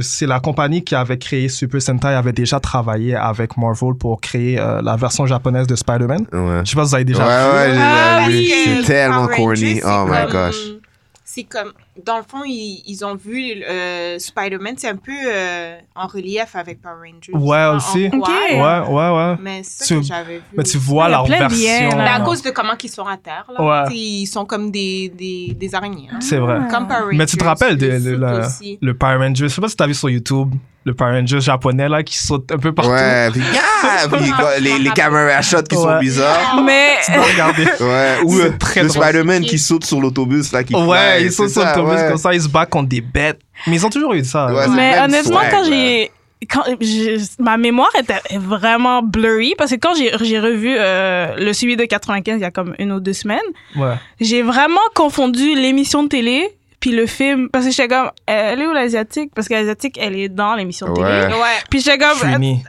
[SPEAKER 1] c'est la compagnie qui avait créé Super Sentai avait déjà travaillé avec Marvel pour créer euh, la version japonaise de Spider-Man.
[SPEAKER 2] Ouais.
[SPEAKER 1] Je sais pas si vous avez
[SPEAKER 2] Ouais,
[SPEAKER 1] déjà vu.
[SPEAKER 2] ouais, j'ai
[SPEAKER 3] Ah
[SPEAKER 2] déjà vu.
[SPEAKER 3] oui.
[SPEAKER 2] C'est tellement
[SPEAKER 4] Power
[SPEAKER 2] corny.
[SPEAKER 4] Rangers, c'est
[SPEAKER 2] Oh my
[SPEAKER 4] comme-
[SPEAKER 2] gosh.
[SPEAKER 4] C'est comme, dans le fond, ils, ils ont vu euh, Spider-Man, c'est un peu euh, en relief avec Power Rangers.
[SPEAKER 1] Ouais,
[SPEAKER 4] En- en
[SPEAKER 1] aussi.
[SPEAKER 4] croix.
[SPEAKER 3] Ok.
[SPEAKER 1] Ouais, ouais, ouais.
[SPEAKER 4] Mais c'est
[SPEAKER 1] Tu-
[SPEAKER 4] ça que j'avais vu.
[SPEAKER 1] Mais tu vois
[SPEAKER 3] Il y a
[SPEAKER 1] leur
[SPEAKER 3] plein de liens,
[SPEAKER 1] version.
[SPEAKER 4] Mais
[SPEAKER 3] là.
[SPEAKER 4] à
[SPEAKER 3] Ah.
[SPEAKER 4] cause de comment ils sont à terre, là,
[SPEAKER 1] Ouais.
[SPEAKER 4] tu sais, ils sont comme des, des, des araignées. hein.
[SPEAKER 1] C'est vrai.
[SPEAKER 4] Comme Power Rangers.
[SPEAKER 1] Mais tu te rappelles de,
[SPEAKER 4] le
[SPEAKER 1] de
[SPEAKER 4] suit
[SPEAKER 1] la-
[SPEAKER 4] aussi.
[SPEAKER 1] le Power Ranger, je sais pas si t'as vu sur YouTube, le Power Ranger japonais là qui saute un peu partout.
[SPEAKER 2] Ouais,
[SPEAKER 1] [laughs]
[SPEAKER 2] puis, ah, puis quoi, les, les caméras shots qui sont
[SPEAKER 1] Ouais.
[SPEAKER 2] bizarres.
[SPEAKER 3] Mais.
[SPEAKER 1] Tu dois regarder.
[SPEAKER 2] Ouais, ou
[SPEAKER 1] C'est
[SPEAKER 2] euh,
[SPEAKER 1] très
[SPEAKER 2] le
[SPEAKER 1] drôle.
[SPEAKER 2] Spider-Man qui saute sur l'autobus là [laughs] qui
[SPEAKER 1] ouais,
[SPEAKER 2] fly,
[SPEAKER 1] ils sont
[SPEAKER 2] c'est
[SPEAKER 1] sur
[SPEAKER 2] ça,
[SPEAKER 1] l'autobus
[SPEAKER 2] ouais.
[SPEAKER 1] comme ça, hein. ils se battent contre des bêtes. Mais ils ont toujours eu ça.
[SPEAKER 2] Ouais,
[SPEAKER 1] là.
[SPEAKER 2] c'est le
[SPEAKER 3] Mais
[SPEAKER 2] même
[SPEAKER 3] honnêtement,
[SPEAKER 2] swag,
[SPEAKER 3] quand
[SPEAKER 2] là.
[SPEAKER 3] j'ai quand je- ma mémoire était vraiment blurry parce que quand j'ai j'ai revu euh, le suivi de 95 il y a comme une ou deux semaines,
[SPEAKER 1] Ouais.
[SPEAKER 3] j'ai vraiment confondu l'émission de télé puis le film parce que j'étais comme elle est où l'asiatique parce que l'asiatique elle est dans l'émission de télé.
[SPEAKER 2] Ouais.
[SPEAKER 4] Ouais.
[SPEAKER 3] Puis j'étais comme
[SPEAKER 1] Trini,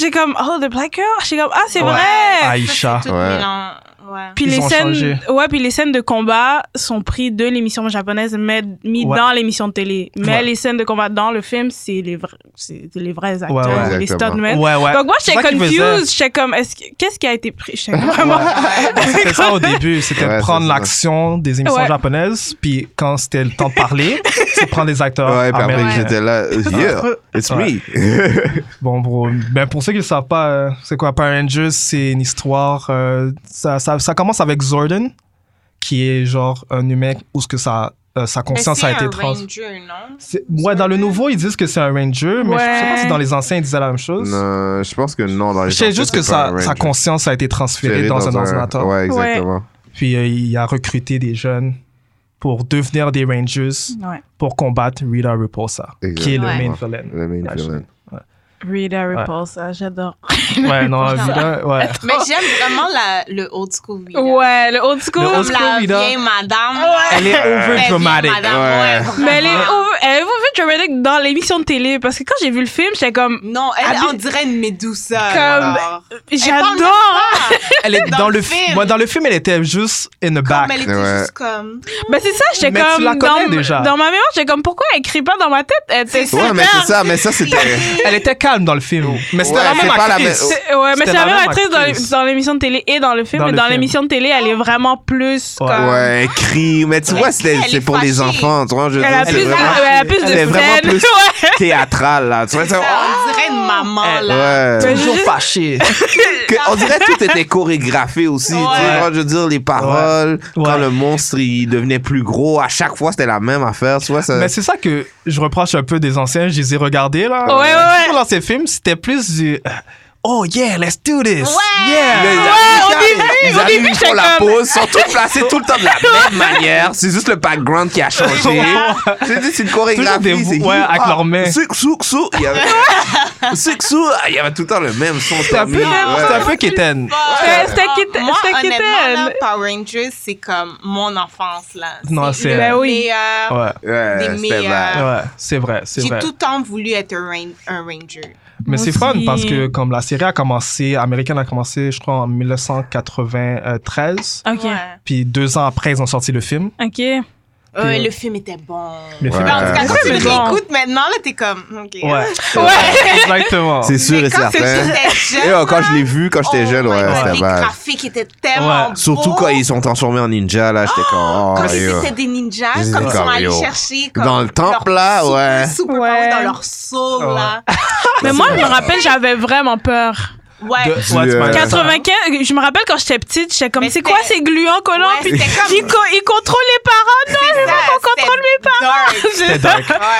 [SPEAKER 3] j'ai comme oh the black girl, j'étais comme ah c'est
[SPEAKER 1] Ouais.
[SPEAKER 3] vrai.
[SPEAKER 1] Aïcha.
[SPEAKER 4] Tout
[SPEAKER 2] Ouais.
[SPEAKER 4] mélan- Ouais.
[SPEAKER 3] Puis
[SPEAKER 1] Ils
[SPEAKER 3] les
[SPEAKER 1] ont
[SPEAKER 3] scènes,
[SPEAKER 1] changé.
[SPEAKER 3] ouais, puis les scènes de combat sont prises de l'émission japonaise, mais mis
[SPEAKER 1] Ouais.
[SPEAKER 3] dans l'émission de télé. Mais
[SPEAKER 1] Ouais.
[SPEAKER 3] les scènes de combat dans le film, c'est les vrais, c'est les vrais acteurs,
[SPEAKER 1] ouais.
[SPEAKER 3] les
[SPEAKER 2] Exactement.
[SPEAKER 3] stuntmen.
[SPEAKER 1] Ouais, ouais.
[SPEAKER 3] euh, Donc moi,
[SPEAKER 1] C'est
[SPEAKER 3] j'étais
[SPEAKER 1] ça qu'ils faisaient.
[SPEAKER 3] confused. J'étais comme, est-ce que- qu'est-ce qui a été pris J'étais comme
[SPEAKER 1] Ouais.
[SPEAKER 3] vraiment. [laughs]
[SPEAKER 1] C'était ça au début, c'était
[SPEAKER 2] Ouais,
[SPEAKER 1] prendre
[SPEAKER 2] c'est ça.
[SPEAKER 1] l'action des émissions
[SPEAKER 3] Ouais.
[SPEAKER 1] japonaises, puis quand c'était le temps
[SPEAKER 2] [laughs]
[SPEAKER 1] de parler, c'est prendre les acteurs
[SPEAKER 2] Ouais, puis après,
[SPEAKER 1] américains.
[SPEAKER 2] j'étais
[SPEAKER 1] [laughs]
[SPEAKER 2] là, yeah, it's
[SPEAKER 1] Ah, Ouais.
[SPEAKER 2] me.
[SPEAKER 1] Bon, bro, ben pour ceux qui ne savent pas, euh, c'est quoi Power Rangers C'est une histoire. euh, ça, ça, ça commence avec Zordon, qui est genre un humain où ce que ça, euh, sa
[SPEAKER 4] Mais
[SPEAKER 1] conscience a
[SPEAKER 4] c'est
[SPEAKER 1] été
[SPEAKER 4] un
[SPEAKER 1] trans.
[SPEAKER 4] Ranger, non?
[SPEAKER 1] c'est- Ouais, dans le nouveau, ils disent que c'est un Ranger, mais je sais pas
[SPEAKER 3] Ouais.
[SPEAKER 1] si dans les anciens, ils disaient la même chose.
[SPEAKER 2] [laughs] Non, je pense que non. Dans les
[SPEAKER 1] Je sais
[SPEAKER 2] gens,
[SPEAKER 1] juste
[SPEAKER 2] c'est
[SPEAKER 1] que
[SPEAKER 2] pas
[SPEAKER 1] sa,
[SPEAKER 2] un
[SPEAKER 1] sa
[SPEAKER 2] Ranger.
[SPEAKER 1] conscience a été transférée
[SPEAKER 2] Serré
[SPEAKER 1] dans, un ordinateur.
[SPEAKER 2] Ouais, exactement.
[SPEAKER 1] Puis euh, il a recruté des jeunes pour devenir des Rangers
[SPEAKER 3] Ouais.
[SPEAKER 1] pour combattre Rita Repulsa, qui est
[SPEAKER 2] Exactement.
[SPEAKER 1] le main villain.
[SPEAKER 2] Le main villain.
[SPEAKER 3] Rita Repulsa, j'adore.
[SPEAKER 1] Ouais,
[SPEAKER 4] [laughs]
[SPEAKER 1] non, Rita, ouais.
[SPEAKER 4] Mais j'aime vraiment la, le old school. Vida.
[SPEAKER 3] Ouais, le old
[SPEAKER 1] Le
[SPEAKER 3] school.
[SPEAKER 1] old
[SPEAKER 4] Comme
[SPEAKER 1] school
[SPEAKER 4] la
[SPEAKER 1] Vida.
[SPEAKER 4] vieille madame.
[SPEAKER 1] Elle est
[SPEAKER 4] La vieille
[SPEAKER 1] overdramatic.
[SPEAKER 4] madame,
[SPEAKER 2] Ouais.
[SPEAKER 4] ouais.
[SPEAKER 3] Mais elle est,
[SPEAKER 4] vraiment.
[SPEAKER 3] over- elle est over dramatic dans l'émission de télé parce que quand j'ai vu le film, j'étais comme,
[SPEAKER 4] Non, elle
[SPEAKER 3] Habille-
[SPEAKER 4] on dirait une Médusa.
[SPEAKER 3] Comme-
[SPEAKER 4] genre. parle même
[SPEAKER 3] j'adore.
[SPEAKER 1] hein. Elle est dans,
[SPEAKER 4] Dans
[SPEAKER 1] le
[SPEAKER 4] le
[SPEAKER 1] film.
[SPEAKER 4] film.
[SPEAKER 1] Moi, dans le film, elle était juste in the back.
[SPEAKER 4] Comme elle était
[SPEAKER 2] Ouais.
[SPEAKER 4] juste comme.
[SPEAKER 3] Ben c'est ça, j'étais
[SPEAKER 1] Mais tu
[SPEAKER 3] comme
[SPEAKER 1] la connais
[SPEAKER 3] dans,
[SPEAKER 1] déjà.
[SPEAKER 3] dans ma mémoire, j'étais comme pourquoi elle crie pas dans ma tête Elle était
[SPEAKER 4] C'est
[SPEAKER 2] Ouais, mais
[SPEAKER 3] super-
[SPEAKER 2] c'est
[SPEAKER 4] [laughs]
[SPEAKER 2] ça, mais ça, c'était.
[SPEAKER 1] Elle était calme dans le film. Mais c'était
[SPEAKER 2] Ouais,
[SPEAKER 1] la
[SPEAKER 2] c'est
[SPEAKER 1] même
[SPEAKER 2] pas la
[SPEAKER 1] actrice.
[SPEAKER 2] même-
[SPEAKER 3] C'est- Ouais, mais
[SPEAKER 1] C'était
[SPEAKER 3] c'est
[SPEAKER 1] la
[SPEAKER 3] la même
[SPEAKER 1] même
[SPEAKER 3] actrice dans
[SPEAKER 1] actrice.
[SPEAKER 3] les- dans l'émission de télé et dans le film.
[SPEAKER 1] Dans
[SPEAKER 3] mais
[SPEAKER 1] le
[SPEAKER 3] dans
[SPEAKER 1] film.
[SPEAKER 3] l'émission de télé, elle est vraiment plus
[SPEAKER 1] Ouais.
[SPEAKER 3] comme.
[SPEAKER 2] Ouais, elle crie. Mais tu vois, c'était-
[SPEAKER 4] Elle est
[SPEAKER 2] c'est pour les
[SPEAKER 4] fâchée.
[SPEAKER 2] enfants. Tu vois, je veux
[SPEAKER 3] Elle
[SPEAKER 2] dire,
[SPEAKER 3] a
[SPEAKER 2] c'est
[SPEAKER 3] plus de,
[SPEAKER 2] vraiment
[SPEAKER 3] elle a plus de
[SPEAKER 2] Elle est vraiment
[SPEAKER 3] scènes.
[SPEAKER 2] plus-
[SPEAKER 3] [laughs] Ouais.
[SPEAKER 2] [laughs] théâtral, là. Tu vois, c'est-
[SPEAKER 4] On dirait une maman,
[SPEAKER 1] Elle-
[SPEAKER 4] là.
[SPEAKER 2] Ah! Ouais.
[SPEAKER 3] Mais
[SPEAKER 1] Toujours
[SPEAKER 3] juste-
[SPEAKER 1] fâchée.
[SPEAKER 2] Que- on dirait que tout était chorégraphé aussi. Tu
[SPEAKER 4] Ouais.
[SPEAKER 2] vois, je veux dire, les paroles, quand
[SPEAKER 1] Ouais.
[SPEAKER 2] le monstre il devenait plus gros, à chaque fois c'était la même affaire. Tu vois, ça.
[SPEAKER 1] Mais c'est ça que je reproche un peu des anciens. Je les ai regardés, là.
[SPEAKER 3] Ouais, ouais, ouais.
[SPEAKER 1] Surtout Dans ces films, c'était plus du. euh, Oh yeah, let's do this.
[SPEAKER 4] Ouais.
[SPEAKER 1] Yeah.
[SPEAKER 2] Là, ils
[SPEAKER 3] Ouais,
[SPEAKER 2] arrivent,
[SPEAKER 3] au
[SPEAKER 2] ils arrivent,
[SPEAKER 3] début, au
[SPEAKER 2] ils arrivent,
[SPEAKER 3] début,
[SPEAKER 2] ils font
[SPEAKER 3] j'étais
[SPEAKER 2] la
[SPEAKER 3] comme-
[SPEAKER 2] pause, sont tous placés tout le temps de
[SPEAKER 1] [laughs]
[SPEAKER 2] la même manière. C'est juste le background qui a changé. C'est juste une chorégraphie.
[SPEAKER 1] Toujours des
[SPEAKER 2] c'est Ah,
[SPEAKER 1] voix avec
[SPEAKER 2] hip-hop.
[SPEAKER 1] leurs mains.
[SPEAKER 2] Souk, souk, souk. Il y avait, souk, souk. Il y avait tout le temps le même son.
[SPEAKER 1] C'était un peu,
[SPEAKER 2] terminé. Ouais.
[SPEAKER 1] c'était un peu Kitten.
[SPEAKER 3] C'était- c'était kitten-
[SPEAKER 4] Moi,
[SPEAKER 3] c'était
[SPEAKER 4] honnêtement,
[SPEAKER 3] kitten.
[SPEAKER 4] là, Power Rangers, c'est comme mon enfance, là.
[SPEAKER 1] Non, c'est-
[SPEAKER 4] le
[SPEAKER 1] Ben
[SPEAKER 3] oui.
[SPEAKER 4] meilleur.
[SPEAKER 1] Ouais,
[SPEAKER 2] Ouais,
[SPEAKER 4] Des
[SPEAKER 2] c'était
[SPEAKER 4] meilleurs.
[SPEAKER 2] vrai.
[SPEAKER 1] ouais, c'est vrai, c'est
[SPEAKER 4] J'ai
[SPEAKER 1] vrai.
[SPEAKER 4] tout le temps voulu être un, rain- un Ranger.
[SPEAKER 1] Mais c'est
[SPEAKER 3] Aussi.
[SPEAKER 1] fun parce que comme la série a commencé, américaine a commencé, je crois, en 1993.
[SPEAKER 3] Ok,
[SPEAKER 4] Ouais.
[SPEAKER 1] Puis deux ans après, ils ont sorti le film.
[SPEAKER 3] ok.
[SPEAKER 4] Ouais, le film était bon.
[SPEAKER 1] Le film
[SPEAKER 2] Ouais.
[SPEAKER 4] Ben, en tout cas,
[SPEAKER 2] Le
[SPEAKER 4] quand tu
[SPEAKER 3] film
[SPEAKER 4] le
[SPEAKER 3] est bon.
[SPEAKER 4] réécoutes maintenant, là, t'es comme. OK.
[SPEAKER 1] Ouais, [laughs] exactement.
[SPEAKER 2] C'est sûr et
[SPEAKER 4] Mais quand c'est-
[SPEAKER 2] certain. [laughs]
[SPEAKER 4] j'étais
[SPEAKER 2] Et,
[SPEAKER 4] jeune,
[SPEAKER 2] euh, quand je l'ai vu, quand j'étais
[SPEAKER 4] oh
[SPEAKER 2] jeune,
[SPEAKER 4] my
[SPEAKER 2] ouais,
[SPEAKER 4] God,
[SPEAKER 2] c'était
[SPEAKER 4] Les
[SPEAKER 2] bad.
[SPEAKER 4] graphiques étaient tellement
[SPEAKER 1] Ouais.
[SPEAKER 2] Surtout
[SPEAKER 4] beaux.
[SPEAKER 2] quand ils sont transformés en ninja, là, j'étais comme, oh,
[SPEAKER 4] Comme si
[SPEAKER 2] yo.
[SPEAKER 4] c'était des ninjas,
[SPEAKER 2] Ils
[SPEAKER 4] comme
[SPEAKER 2] étaient
[SPEAKER 4] ils sont
[SPEAKER 2] comme,
[SPEAKER 4] allés
[SPEAKER 2] yo.
[SPEAKER 4] chercher. Comme
[SPEAKER 2] Dans le temple,
[SPEAKER 4] leur
[SPEAKER 2] là, ouais.
[SPEAKER 4] super, super
[SPEAKER 3] Ouais.
[SPEAKER 4] power dans leur soul, là.
[SPEAKER 3] Mais moi, je me rappelle, j'avais vraiment peur.
[SPEAKER 4] Ouais.
[SPEAKER 1] De-
[SPEAKER 2] Du,
[SPEAKER 1] ouais, tu
[SPEAKER 2] euh,
[SPEAKER 1] m'as dit ça.
[SPEAKER 3] 95, je me rappelle quand j'étais petite, j'étais comme,
[SPEAKER 4] Mais
[SPEAKER 3] c'est quoi ces
[SPEAKER 4] c'était-
[SPEAKER 3] gluants collants?
[SPEAKER 4] Ouais,
[SPEAKER 3] Puis
[SPEAKER 4] c'était comme-
[SPEAKER 3] ils, co- ils contrôlent les parents, non, je veux pas qu'on contrôle mes
[SPEAKER 4] parents.
[SPEAKER 1] [laughs]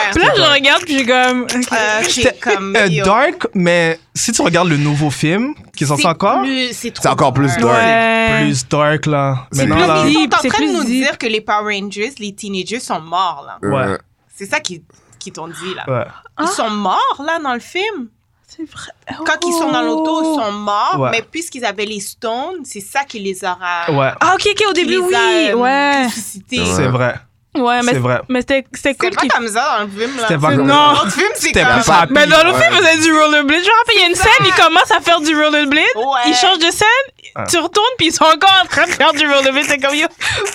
[SPEAKER 1] C'était dark.
[SPEAKER 3] Puis là, je regarde, puis j'ai comme. ok.
[SPEAKER 4] c'est comme.
[SPEAKER 1] Euh,
[SPEAKER 4] yo,
[SPEAKER 1] dark, mais si tu regardes le nouveau film qui sort
[SPEAKER 4] c'est
[SPEAKER 1] encore,
[SPEAKER 4] plus- euh, C'est
[SPEAKER 2] C'est
[SPEAKER 4] trop
[SPEAKER 2] encore plus
[SPEAKER 4] dark.
[SPEAKER 2] dark.
[SPEAKER 3] Ouais.
[SPEAKER 1] plus dark là.
[SPEAKER 2] C'est
[SPEAKER 1] Maintenant
[SPEAKER 2] plus
[SPEAKER 1] là,
[SPEAKER 4] Ils
[SPEAKER 3] deep,
[SPEAKER 4] sont en
[SPEAKER 3] c'est
[SPEAKER 4] train de
[SPEAKER 3] plus
[SPEAKER 4] nous
[SPEAKER 3] deep.
[SPEAKER 4] dire que les Power Rangers, les teenagers sont morts, là.
[SPEAKER 2] Euh,
[SPEAKER 1] Ouais.
[SPEAKER 4] C'est ça qui qui t'ont dit, là.
[SPEAKER 1] ouais.
[SPEAKER 4] Ils sont morts, là, dans le film.
[SPEAKER 3] C'est vrai.
[SPEAKER 4] Quand ils sont dans l'auto, ils
[SPEAKER 3] Oh.
[SPEAKER 4] sont morts,
[SPEAKER 1] Ouais.
[SPEAKER 4] mais puisqu'ils avaient les stones, c'est ça qui les aura
[SPEAKER 1] ouais,
[SPEAKER 3] Ah, ok, ok, au
[SPEAKER 4] qui
[SPEAKER 3] début,
[SPEAKER 4] les
[SPEAKER 3] oui.
[SPEAKER 4] a, euh,
[SPEAKER 3] Ouais.
[SPEAKER 4] ressuscités.
[SPEAKER 2] Ouais.
[SPEAKER 1] c'est vrai,
[SPEAKER 3] Ouais, mais
[SPEAKER 1] c'est vrai.
[SPEAKER 3] Mais c'était- c'était
[SPEAKER 4] C'est
[SPEAKER 3] cool
[SPEAKER 4] pas
[SPEAKER 3] qu'il
[SPEAKER 4] comme ça dans le film, là.
[SPEAKER 1] C'était pas
[SPEAKER 3] C'est-
[SPEAKER 1] comme
[SPEAKER 3] non.
[SPEAKER 4] Dans le film, c'est
[SPEAKER 1] C'était
[SPEAKER 4] comme...
[SPEAKER 1] plus happy.
[SPEAKER 3] Mais Ben, dans le
[SPEAKER 2] Ouais.
[SPEAKER 3] film, vous avez du rollerblade. Je me rappelle, il y a une scène, il commence à faire du rollerblade.
[SPEAKER 4] Ouais.
[SPEAKER 3] Il change de scène,
[SPEAKER 1] Ah.
[SPEAKER 3] tu retournes, puis ils sont encore en train de faire du rollerblade. C'est comme, yo,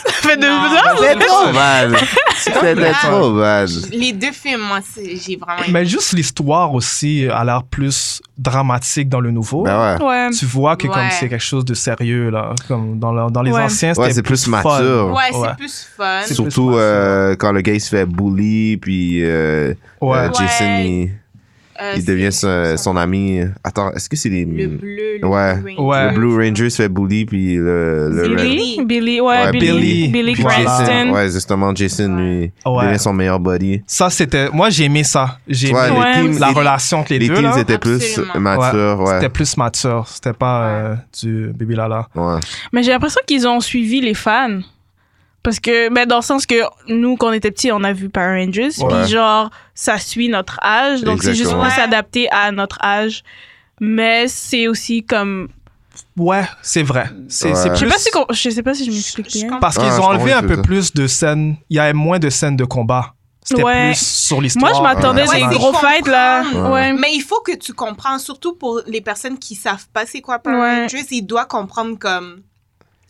[SPEAKER 3] ça fait deux
[SPEAKER 4] Non.
[SPEAKER 3] ans.
[SPEAKER 2] C'était trop mal. C'était trop mal.
[SPEAKER 4] Les deux films, moi, c'est- j'ai vraiment...
[SPEAKER 1] Mais juste l'histoire aussi a l'air plus dramatique dans le nouveau.
[SPEAKER 2] Ben ouais.
[SPEAKER 3] Ouais.
[SPEAKER 1] Tu vois que comme
[SPEAKER 4] Ouais.
[SPEAKER 1] c'est quelque chose de sérieux là, comme dans, le- dans les
[SPEAKER 3] Ouais.
[SPEAKER 1] anciens, c'était
[SPEAKER 2] Ouais, c'est plus
[SPEAKER 1] fun.
[SPEAKER 2] mature.
[SPEAKER 4] Ouais,
[SPEAKER 1] Ouais.
[SPEAKER 4] c'est plus fun.
[SPEAKER 1] C'est-
[SPEAKER 2] Surtout
[SPEAKER 1] plus
[SPEAKER 2] euh, quand le gars il se fait bully, puis euh,
[SPEAKER 1] Ouais.
[SPEAKER 2] euh, Jason
[SPEAKER 4] Ouais.
[SPEAKER 2] il,
[SPEAKER 4] Euh,
[SPEAKER 2] il devient son,
[SPEAKER 4] c'est-
[SPEAKER 2] son ami. Attends, est-ce que c'est les.
[SPEAKER 4] Le bleu, le
[SPEAKER 2] Ouais.
[SPEAKER 4] Blue
[SPEAKER 1] Ouais.
[SPEAKER 2] le Blue Ranger se fait bully, puis le. le Red-
[SPEAKER 3] Billy. Billy, ouais,
[SPEAKER 2] Ouais,
[SPEAKER 3] Billy.
[SPEAKER 1] Billy.
[SPEAKER 3] Billy
[SPEAKER 1] Puis
[SPEAKER 2] Jason,
[SPEAKER 3] Cranston.
[SPEAKER 2] Ouais, justement, Jason lui
[SPEAKER 1] Ouais.
[SPEAKER 2] devient son meilleur buddy.
[SPEAKER 1] Ça c'était, moi j'ai aimé ça. J'ai
[SPEAKER 2] Ouais,
[SPEAKER 1] aimé
[SPEAKER 3] les teams-
[SPEAKER 1] la
[SPEAKER 2] les-
[SPEAKER 1] relation entre les,
[SPEAKER 2] Les
[SPEAKER 1] deux là.
[SPEAKER 2] teens étaient plus
[SPEAKER 4] Absolument.
[SPEAKER 2] matures, ouais.
[SPEAKER 1] C'était plus mature, c'était pas euh, du baby lala.
[SPEAKER 2] Ouais.
[SPEAKER 3] Mais j'ai l'impression qu'ils ont suivi les fans. Parce que, ben, dans le sens que nous, quand on était petits, on a vu Power Rangers.
[SPEAKER 2] Ouais.
[SPEAKER 3] Puis, genre, ça suit notre âge. Donc, c'est juste pour
[SPEAKER 2] Exactement.
[SPEAKER 3] s'adapter à notre âge. Mais c'est aussi comme.
[SPEAKER 1] Ouais, c'est vrai. C'est
[SPEAKER 2] Ouais.
[SPEAKER 1] c'est plus...
[SPEAKER 3] Je sais pas si, con- je sais pas si je m'explique
[SPEAKER 4] Je- je
[SPEAKER 3] bien.
[SPEAKER 4] comprends.
[SPEAKER 1] Parce qu'ils
[SPEAKER 2] Ah, je
[SPEAKER 1] ont enlevé
[SPEAKER 2] comprends
[SPEAKER 1] un
[SPEAKER 2] ce que
[SPEAKER 1] peu
[SPEAKER 2] tu veux
[SPEAKER 1] plus de scènes. Il y avait moins de scènes de combat. C'était
[SPEAKER 3] Ouais.
[SPEAKER 1] plus sur l'histoire.
[SPEAKER 3] Moi, je
[SPEAKER 2] Ouais,
[SPEAKER 4] euh,
[SPEAKER 3] m'attendais à
[SPEAKER 2] c'est
[SPEAKER 3] des
[SPEAKER 2] vrai.
[SPEAKER 3] gros
[SPEAKER 4] Je
[SPEAKER 3] fights, là.
[SPEAKER 4] comprends.
[SPEAKER 3] Ouais.
[SPEAKER 4] Mais il faut que tu comprennes, surtout pour les personnes qui savent pas c'est quoi Power
[SPEAKER 3] Ouais.
[SPEAKER 4] Rangers, ils doivent comprendre comme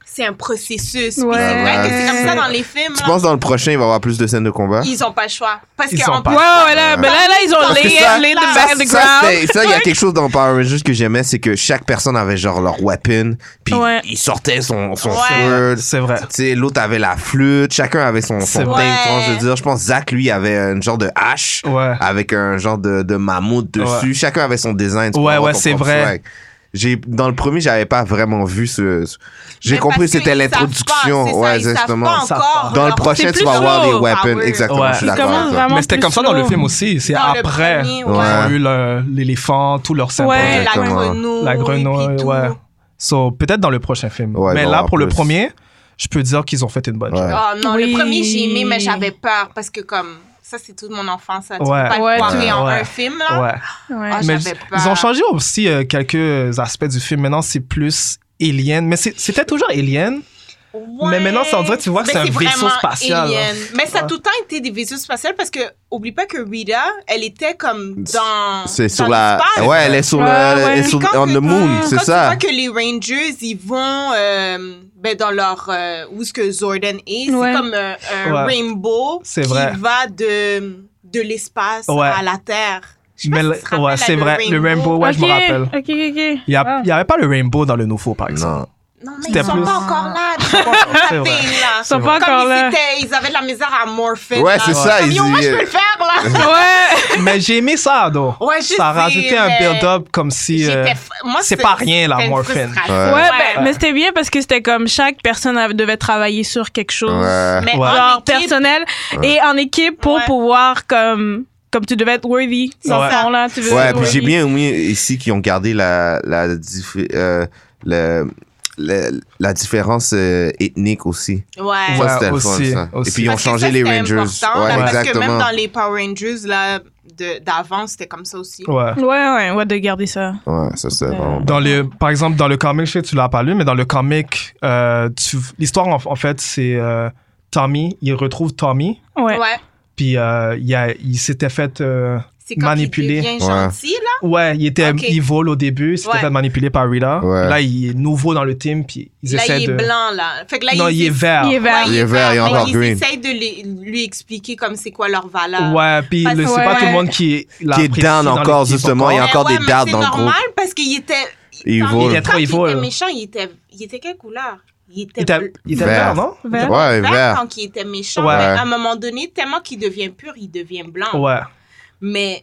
[SPEAKER 4] c'est un processus. Puis
[SPEAKER 3] Ouais.
[SPEAKER 4] c'est vrai que c'est comme ça dans les films.
[SPEAKER 2] Tu
[SPEAKER 4] là.
[SPEAKER 2] penses dans le prochain, il va y avoir plus de scènes de combat?
[SPEAKER 4] Ils ont pas le choix. Parce
[SPEAKER 1] Ils
[SPEAKER 4] que
[SPEAKER 1] ont
[SPEAKER 4] en
[SPEAKER 1] pas
[SPEAKER 3] Ouais,
[SPEAKER 4] plus-
[SPEAKER 3] ouais, là, ben là, là, ils ont
[SPEAKER 4] Parce
[SPEAKER 2] que
[SPEAKER 3] laid,
[SPEAKER 2] ça-
[SPEAKER 3] laid the
[SPEAKER 2] Ça,
[SPEAKER 3] back the
[SPEAKER 2] ça,
[SPEAKER 3] ground.
[SPEAKER 2] c'était- ça, il y a quelque chose dans Power Rangers que j'aimais, c'est que chaque personne avait genre leur weapon, puis
[SPEAKER 3] Ouais.
[SPEAKER 2] ils sortaient son, son
[SPEAKER 4] Ouais.
[SPEAKER 2] sword.
[SPEAKER 1] C'est vrai.
[SPEAKER 2] Tu sais, l'autre avait la flûte, chacun avait son, son
[SPEAKER 1] C'est
[SPEAKER 2] thing,
[SPEAKER 4] vrai.
[SPEAKER 2] tu vois, je veux dire. Je pense que Zach, lui, avait un genre de hache
[SPEAKER 1] Ouais.
[SPEAKER 2] avec un genre de, de mammouth dessus. Chacun avait son design. tu peux
[SPEAKER 1] Ouais,
[SPEAKER 2] avoir
[SPEAKER 1] ouais,
[SPEAKER 2] ton
[SPEAKER 1] c'est
[SPEAKER 2] propre
[SPEAKER 1] vrai.
[SPEAKER 2] swag. J'ai, dans le premier, j'avais pas vraiment vu ce, ce- j'ai
[SPEAKER 4] Mais
[SPEAKER 2] compris
[SPEAKER 4] parce
[SPEAKER 2] que c'était
[SPEAKER 4] qu'ils savent pas,
[SPEAKER 2] l'introduction.
[SPEAKER 4] c'est ça,
[SPEAKER 2] ouais,
[SPEAKER 4] ils savent
[SPEAKER 2] exactement.
[SPEAKER 4] pas
[SPEAKER 1] Ça
[SPEAKER 4] encore.
[SPEAKER 2] Dans le
[SPEAKER 4] Alors,
[SPEAKER 2] prochain,
[SPEAKER 3] c'est
[SPEAKER 2] tu
[SPEAKER 3] plus
[SPEAKER 2] vas avoir des
[SPEAKER 3] slow.
[SPEAKER 2] weapons.
[SPEAKER 4] Ah ouais.
[SPEAKER 2] Exactement,
[SPEAKER 1] Ouais.
[SPEAKER 2] je suis
[SPEAKER 1] Ils
[SPEAKER 2] d'accord
[SPEAKER 3] commencent
[SPEAKER 2] avec toi.
[SPEAKER 3] vraiment
[SPEAKER 1] Mais c'était
[SPEAKER 3] plus
[SPEAKER 1] comme ça dans le
[SPEAKER 3] slow.
[SPEAKER 1] film aussi. C'est
[SPEAKER 4] Dans le
[SPEAKER 1] après
[SPEAKER 4] premier,
[SPEAKER 1] qu'ils
[SPEAKER 4] ouais.
[SPEAKER 1] ont eu le- l'éléphant, tout leur symbole.
[SPEAKER 3] Ouais,
[SPEAKER 4] la
[SPEAKER 2] Exactement.
[SPEAKER 4] grenouille.
[SPEAKER 1] La grenouille,
[SPEAKER 4] puis tout.
[SPEAKER 1] ouais. So, peut-être dans le prochain film.
[SPEAKER 2] Ouais,
[SPEAKER 1] mais
[SPEAKER 2] non,
[SPEAKER 1] là,
[SPEAKER 2] en
[SPEAKER 1] pour le
[SPEAKER 2] plus.
[SPEAKER 1] premier, je peux dire qu'ils ont fait une bonne
[SPEAKER 2] Ouais.
[SPEAKER 1] chose.
[SPEAKER 4] Oh non,
[SPEAKER 3] Oui.
[SPEAKER 4] le premier, j'ai aimé, mais j'avais peur parce que comme ça, c'est toute mon enfance. ça. Tu peux
[SPEAKER 1] Ouais.
[SPEAKER 4] pas
[SPEAKER 3] Ouais,
[SPEAKER 4] le foirer
[SPEAKER 1] tu-
[SPEAKER 4] en
[SPEAKER 1] ouais.
[SPEAKER 4] un film, là.
[SPEAKER 1] Ouais.
[SPEAKER 3] Ouais.
[SPEAKER 4] Ah,
[SPEAKER 1] Mais
[SPEAKER 4] j'avais
[SPEAKER 1] ils ont
[SPEAKER 4] peur.
[SPEAKER 1] changé aussi euh, quelques aspects du film. Maintenant, c'est plus alien. Mais c'est- c'était toujours alien.
[SPEAKER 4] Ouais.
[SPEAKER 1] Mais maintenant, ça, on dirait, tu vois que
[SPEAKER 4] Mais
[SPEAKER 1] c'est un vaisseau
[SPEAKER 4] vraiment
[SPEAKER 1] spatial,
[SPEAKER 4] alien. Mais ça a
[SPEAKER 1] Ouais.
[SPEAKER 4] tout le temps été des vaisseaux spatiaux parce que, oublie pas que Rita, elle était comme dans.
[SPEAKER 2] C'est
[SPEAKER 4] dans
[SPEAKER 2] sur la.
[SPEAKER 4] l'espace.
[SPEAKER 2] Ouais, elle est sur
[SPEAKER 3] Ouais,
[SPEAKER 2] le.
[SPEAKER 3] Ah ouais.
[SPEAKER 2] Elle est
[SPEAKER 4] Puis
[SPEAKER 2] sur
[SPEAKER 4] Ah quand
[SPEAKER 2] on
[SPEAKER 4] tu-
[SPEAKER 2] the moon,
[SPEAKER 4] quand
[SPEAKER 2] c'est
[SPEAKER 4] tu
[SPEAKER 2] ça.
[SPEAKER 4] vois que les Rangers, ils vont euh, ben, dans leur. euh, où est-ce que Zordon est,
[SPEAKER 3] Ouais.
[SPEAKER 4] c'est comme un, un
[SPEAKER 1] Ouais.
[SPEAKER 4] rainbow
[SPEAKER 1] C'est
[SPEAKER 4] qui
[SPEAKER 1] vrai.
[SPEAKER 4] va de, de l'espace
[SPEAKER 1] Ouais.
[SPEAKER 4] à la Terre. Je sais pas
[SPEAKER 1] Mais
[SPEAKER 4] si
[SPEAKER 1] le-
[SPEAKER 4] tu te rappelles,
[SPEAKER 1] ouais,
[SPEAKER 4] là,
[SPEAKER 1] c'est
[SPEAKER 4] le
[SPEAKER 1] vrai. Le rainbow, ouais, je me
[SPEAKER 3] Ok,
[SPEAKER 1] rappelle.
[SPEAKER 3] Ok, Ah. ok, ok.
[SPEAKER 1] Il n'y
[SPEAKER 4] Ah.
[SPEAKER 3] Wow.
[SPEAKER 1] avait pas le rainbow dans le nouveau, par exemple.
[SPEAKER 2] Non.
[SPEAKER 4] Non, mais
[SPEAKER 1] C'était
[SPEAKER 4] ils sont
[SPEAKER 1] plus-
[SPEAKER 4] pas encore là. Ils sont
[SPEAKER 1] [laughs] C'est
[SPEAKER 4] pas
[SPEAKER 1] vrai.
[SPEAKER 4] là.
[SPEAKER 3] Ils sont pas
[SPEAKER 4] Comme
[SPEAKER 3] encore
[SPEAKER 4] ils
[SPEAKER 3] là.
[SPEAKER 4] étaient- Ils avaient de la misère à morpher.
[SPEAKER 2] Ouais,
[SPEAKER 4] là.
[SPEAKER 2] c'est ça,
[SPEAKER 4] Comme,
[SPEAKER 2] ils
[SPEAKER 4] Yo, moi,
[SPEAKER 2] y-
[SPEAKER 4] je peux le faire, là.
[SPEAKER 1] [laughs]
[SPEAKER 3] Ouais.
[SPEAKER 1] Mais j'ai aimé ça, donc.
[SPEAKER 4] Ouais, je
[SPEAKER 1] ça a
[SPEAKER 4] sais,
[SPEAKER 1] rajouté un
[SPEAKER 4] mais
[SPEAKER 1] build-up comme si. euh,
[SPEAKER 4] J'étais f- moi,
[SPEAKER 1] c'est pas rien, la
[SPEAKER 4] c'était une
[SPEAKER 1] morphine.
[SPEAKER 4] frustration.
[SPEAKER 2] Ouais.
[SPEAKER 3] Ouais, ben, mais c'était bien parce que c'était comme chaque personne avait- devait travailler sur quelque chose.
[SPEAKER 2] Ouais.
[SPEAKER 4] Mais
[SPEAKER 1] Ouais.
[SPEAKER 4] en
[SPEAKER 3] Genre
[SPEAKER 4] équipe,
[SPEAKER 3] personnel et en équipe pour
[SPEAKER 4] Ouais.
[SPEAKER 3] pouvoir comme comme tu devais être worthy dans
[SPEAKER 1] Ouais.
[SPEAKER 3] ce temps-là tu devais
[SPEAKER 2] Ouais,
[SPEAKER 3] être
[SPEAKER 2] puis j'ai
[SPEAKER 3] worthy.
[SPEAKER 2] bien aimé ici qu'ils ont gardé la, la, diffé- euh, le- le- la différence euh, ethnique aussi.
[SPEAKER 4] Ouais.
[SPEAKER 1] Ouais,
[SPEAKER 2] ça, c'était le fun,
[SPEAKER 1] aussi,
[SPEAKER 2] ça.
[SPEAKER 1] aussi.
[SPEAKER 2] Et puis ils ont
[SPEAKER 4] Euh, Parce que
[SPEAKER 2] changé
[SPEAKER 4] ça,
[SPEAKER 2] les
[SPEAKER 4] c'était
[SPEAKER 2] Rangers.
[SPEAKER 4] important,
[SPEAKER 2] Ouais,
[SPEAKER 4] là, Parce que même
[SPEAKER 2] exactement.
[SPEAKER 4] dans les Power Rangers, là, de- d'avant, c'était comme ça aussi.
[SPEAKER 1] Ouais.
[SPEAKER 3] ouais ouais ouais de garder ça
[SPEAKER 2] Ouais, ça,
[SPEAKER 4] Euh,
[SPEAKER 2] c'était vraiment bon.
[SPEAKER 1] Dans le, par exemple, dans le comic, je sais que tu l'as pas lu, mais dans le comic, euh, tu- l'histoire, en, en fait, c'est euh, Tommy, il retrouve Tommy,
[SPEAKER 3] ouais
[SPEAKER 4] Ouais.
[SPEAKER 1] puis euh, il, a- il s'était fait... euh,
[SPEAKER 4] C'est comme
[SPEAKER 1] Manipulé.
[SPEAKER 4] Manipulé. Il devient
[SPEAKER 2] Ouais.
[SPEAKER 4] gentil, là.
[SPEAKER 1] ouais, il était
[SPEAKER 4] Ok.
[SPEAKER 1] evil au début, il s'était
[SPEAKER 4] Ouais.
[SPEAKER 1] fait manipuler par Rita.
[SPEAKER 2] Ouais.
[SPEAKER 1] Là, il est nouveau dans le team, puis ils
[SPEAKER 4] Là,
[SPEAKER 1] essaient
[SPEAKER 4] il est
[SPEAKER 1] de...
[SPEAKER 4] blanc, là. Fait que là,
[SPEAKER 1] non, il est vert.
[SPEAKER 3] il est vert
[SPEAKER 2] Il est vert, il est
[SPEAKER 4] mais
[SPEAKER 2] encore
[SPEAKER 4] ils
[SPEAKER 2] green.
[SPEAKER 4] essayent de les- lui expliquer comme c'est quoi leur valeur.
[SPEAKER 1] Ouais, puis
[SPEAKER 4] Parce-
[SPEAKER 1] le- c'est pas
[SPEAKER 3] ouais.
[SPEAKER 1] tout le monde qui est...
[SPEAKER 2] Qui est down encore, justement. Il y a
[SPEAKER 4] Mais
[SPEAKER 2] encore
[SPEAKER 4] ouais,
[SPEAKER 2] des
[SPEAKER 4] mais
[SPEAKER 2] dards dans
[SPEAKER 4] C'est
[SPEAKER 2] le groupe.
[SPEAKER 4] normal parce qu'il était...
[SPEAKER 2] Evil.
[SPEAKER 4] quand-
[SPEAKER 2] Il
[SPEAKER 1] était trop
[SPEAKER 4] quand Il
[SPEAKER 1] evil.
[SPEAKER 4] était méchant, il était, il était quelle couleur? Il était,
[SPEAKER 1] Il était, il était
[SPEAKER 2] Vert.
[SPEAKER 1] vert, non?
[SPEAKER 3] Vert.
[SPEAKER 2] Ouais,
[SPEAKER 4] vert
[SPEAKER 2] vert.
[SPEAKER 4] quand il était méchant.
[SPEAKER 1] Ouais.
[SPEAKER 4] Mais à un moment donné, tellement qu'il devient pur, il devient blanc.
[SPEAKER 1] Ouais.
[SPEAKER 4] Mais...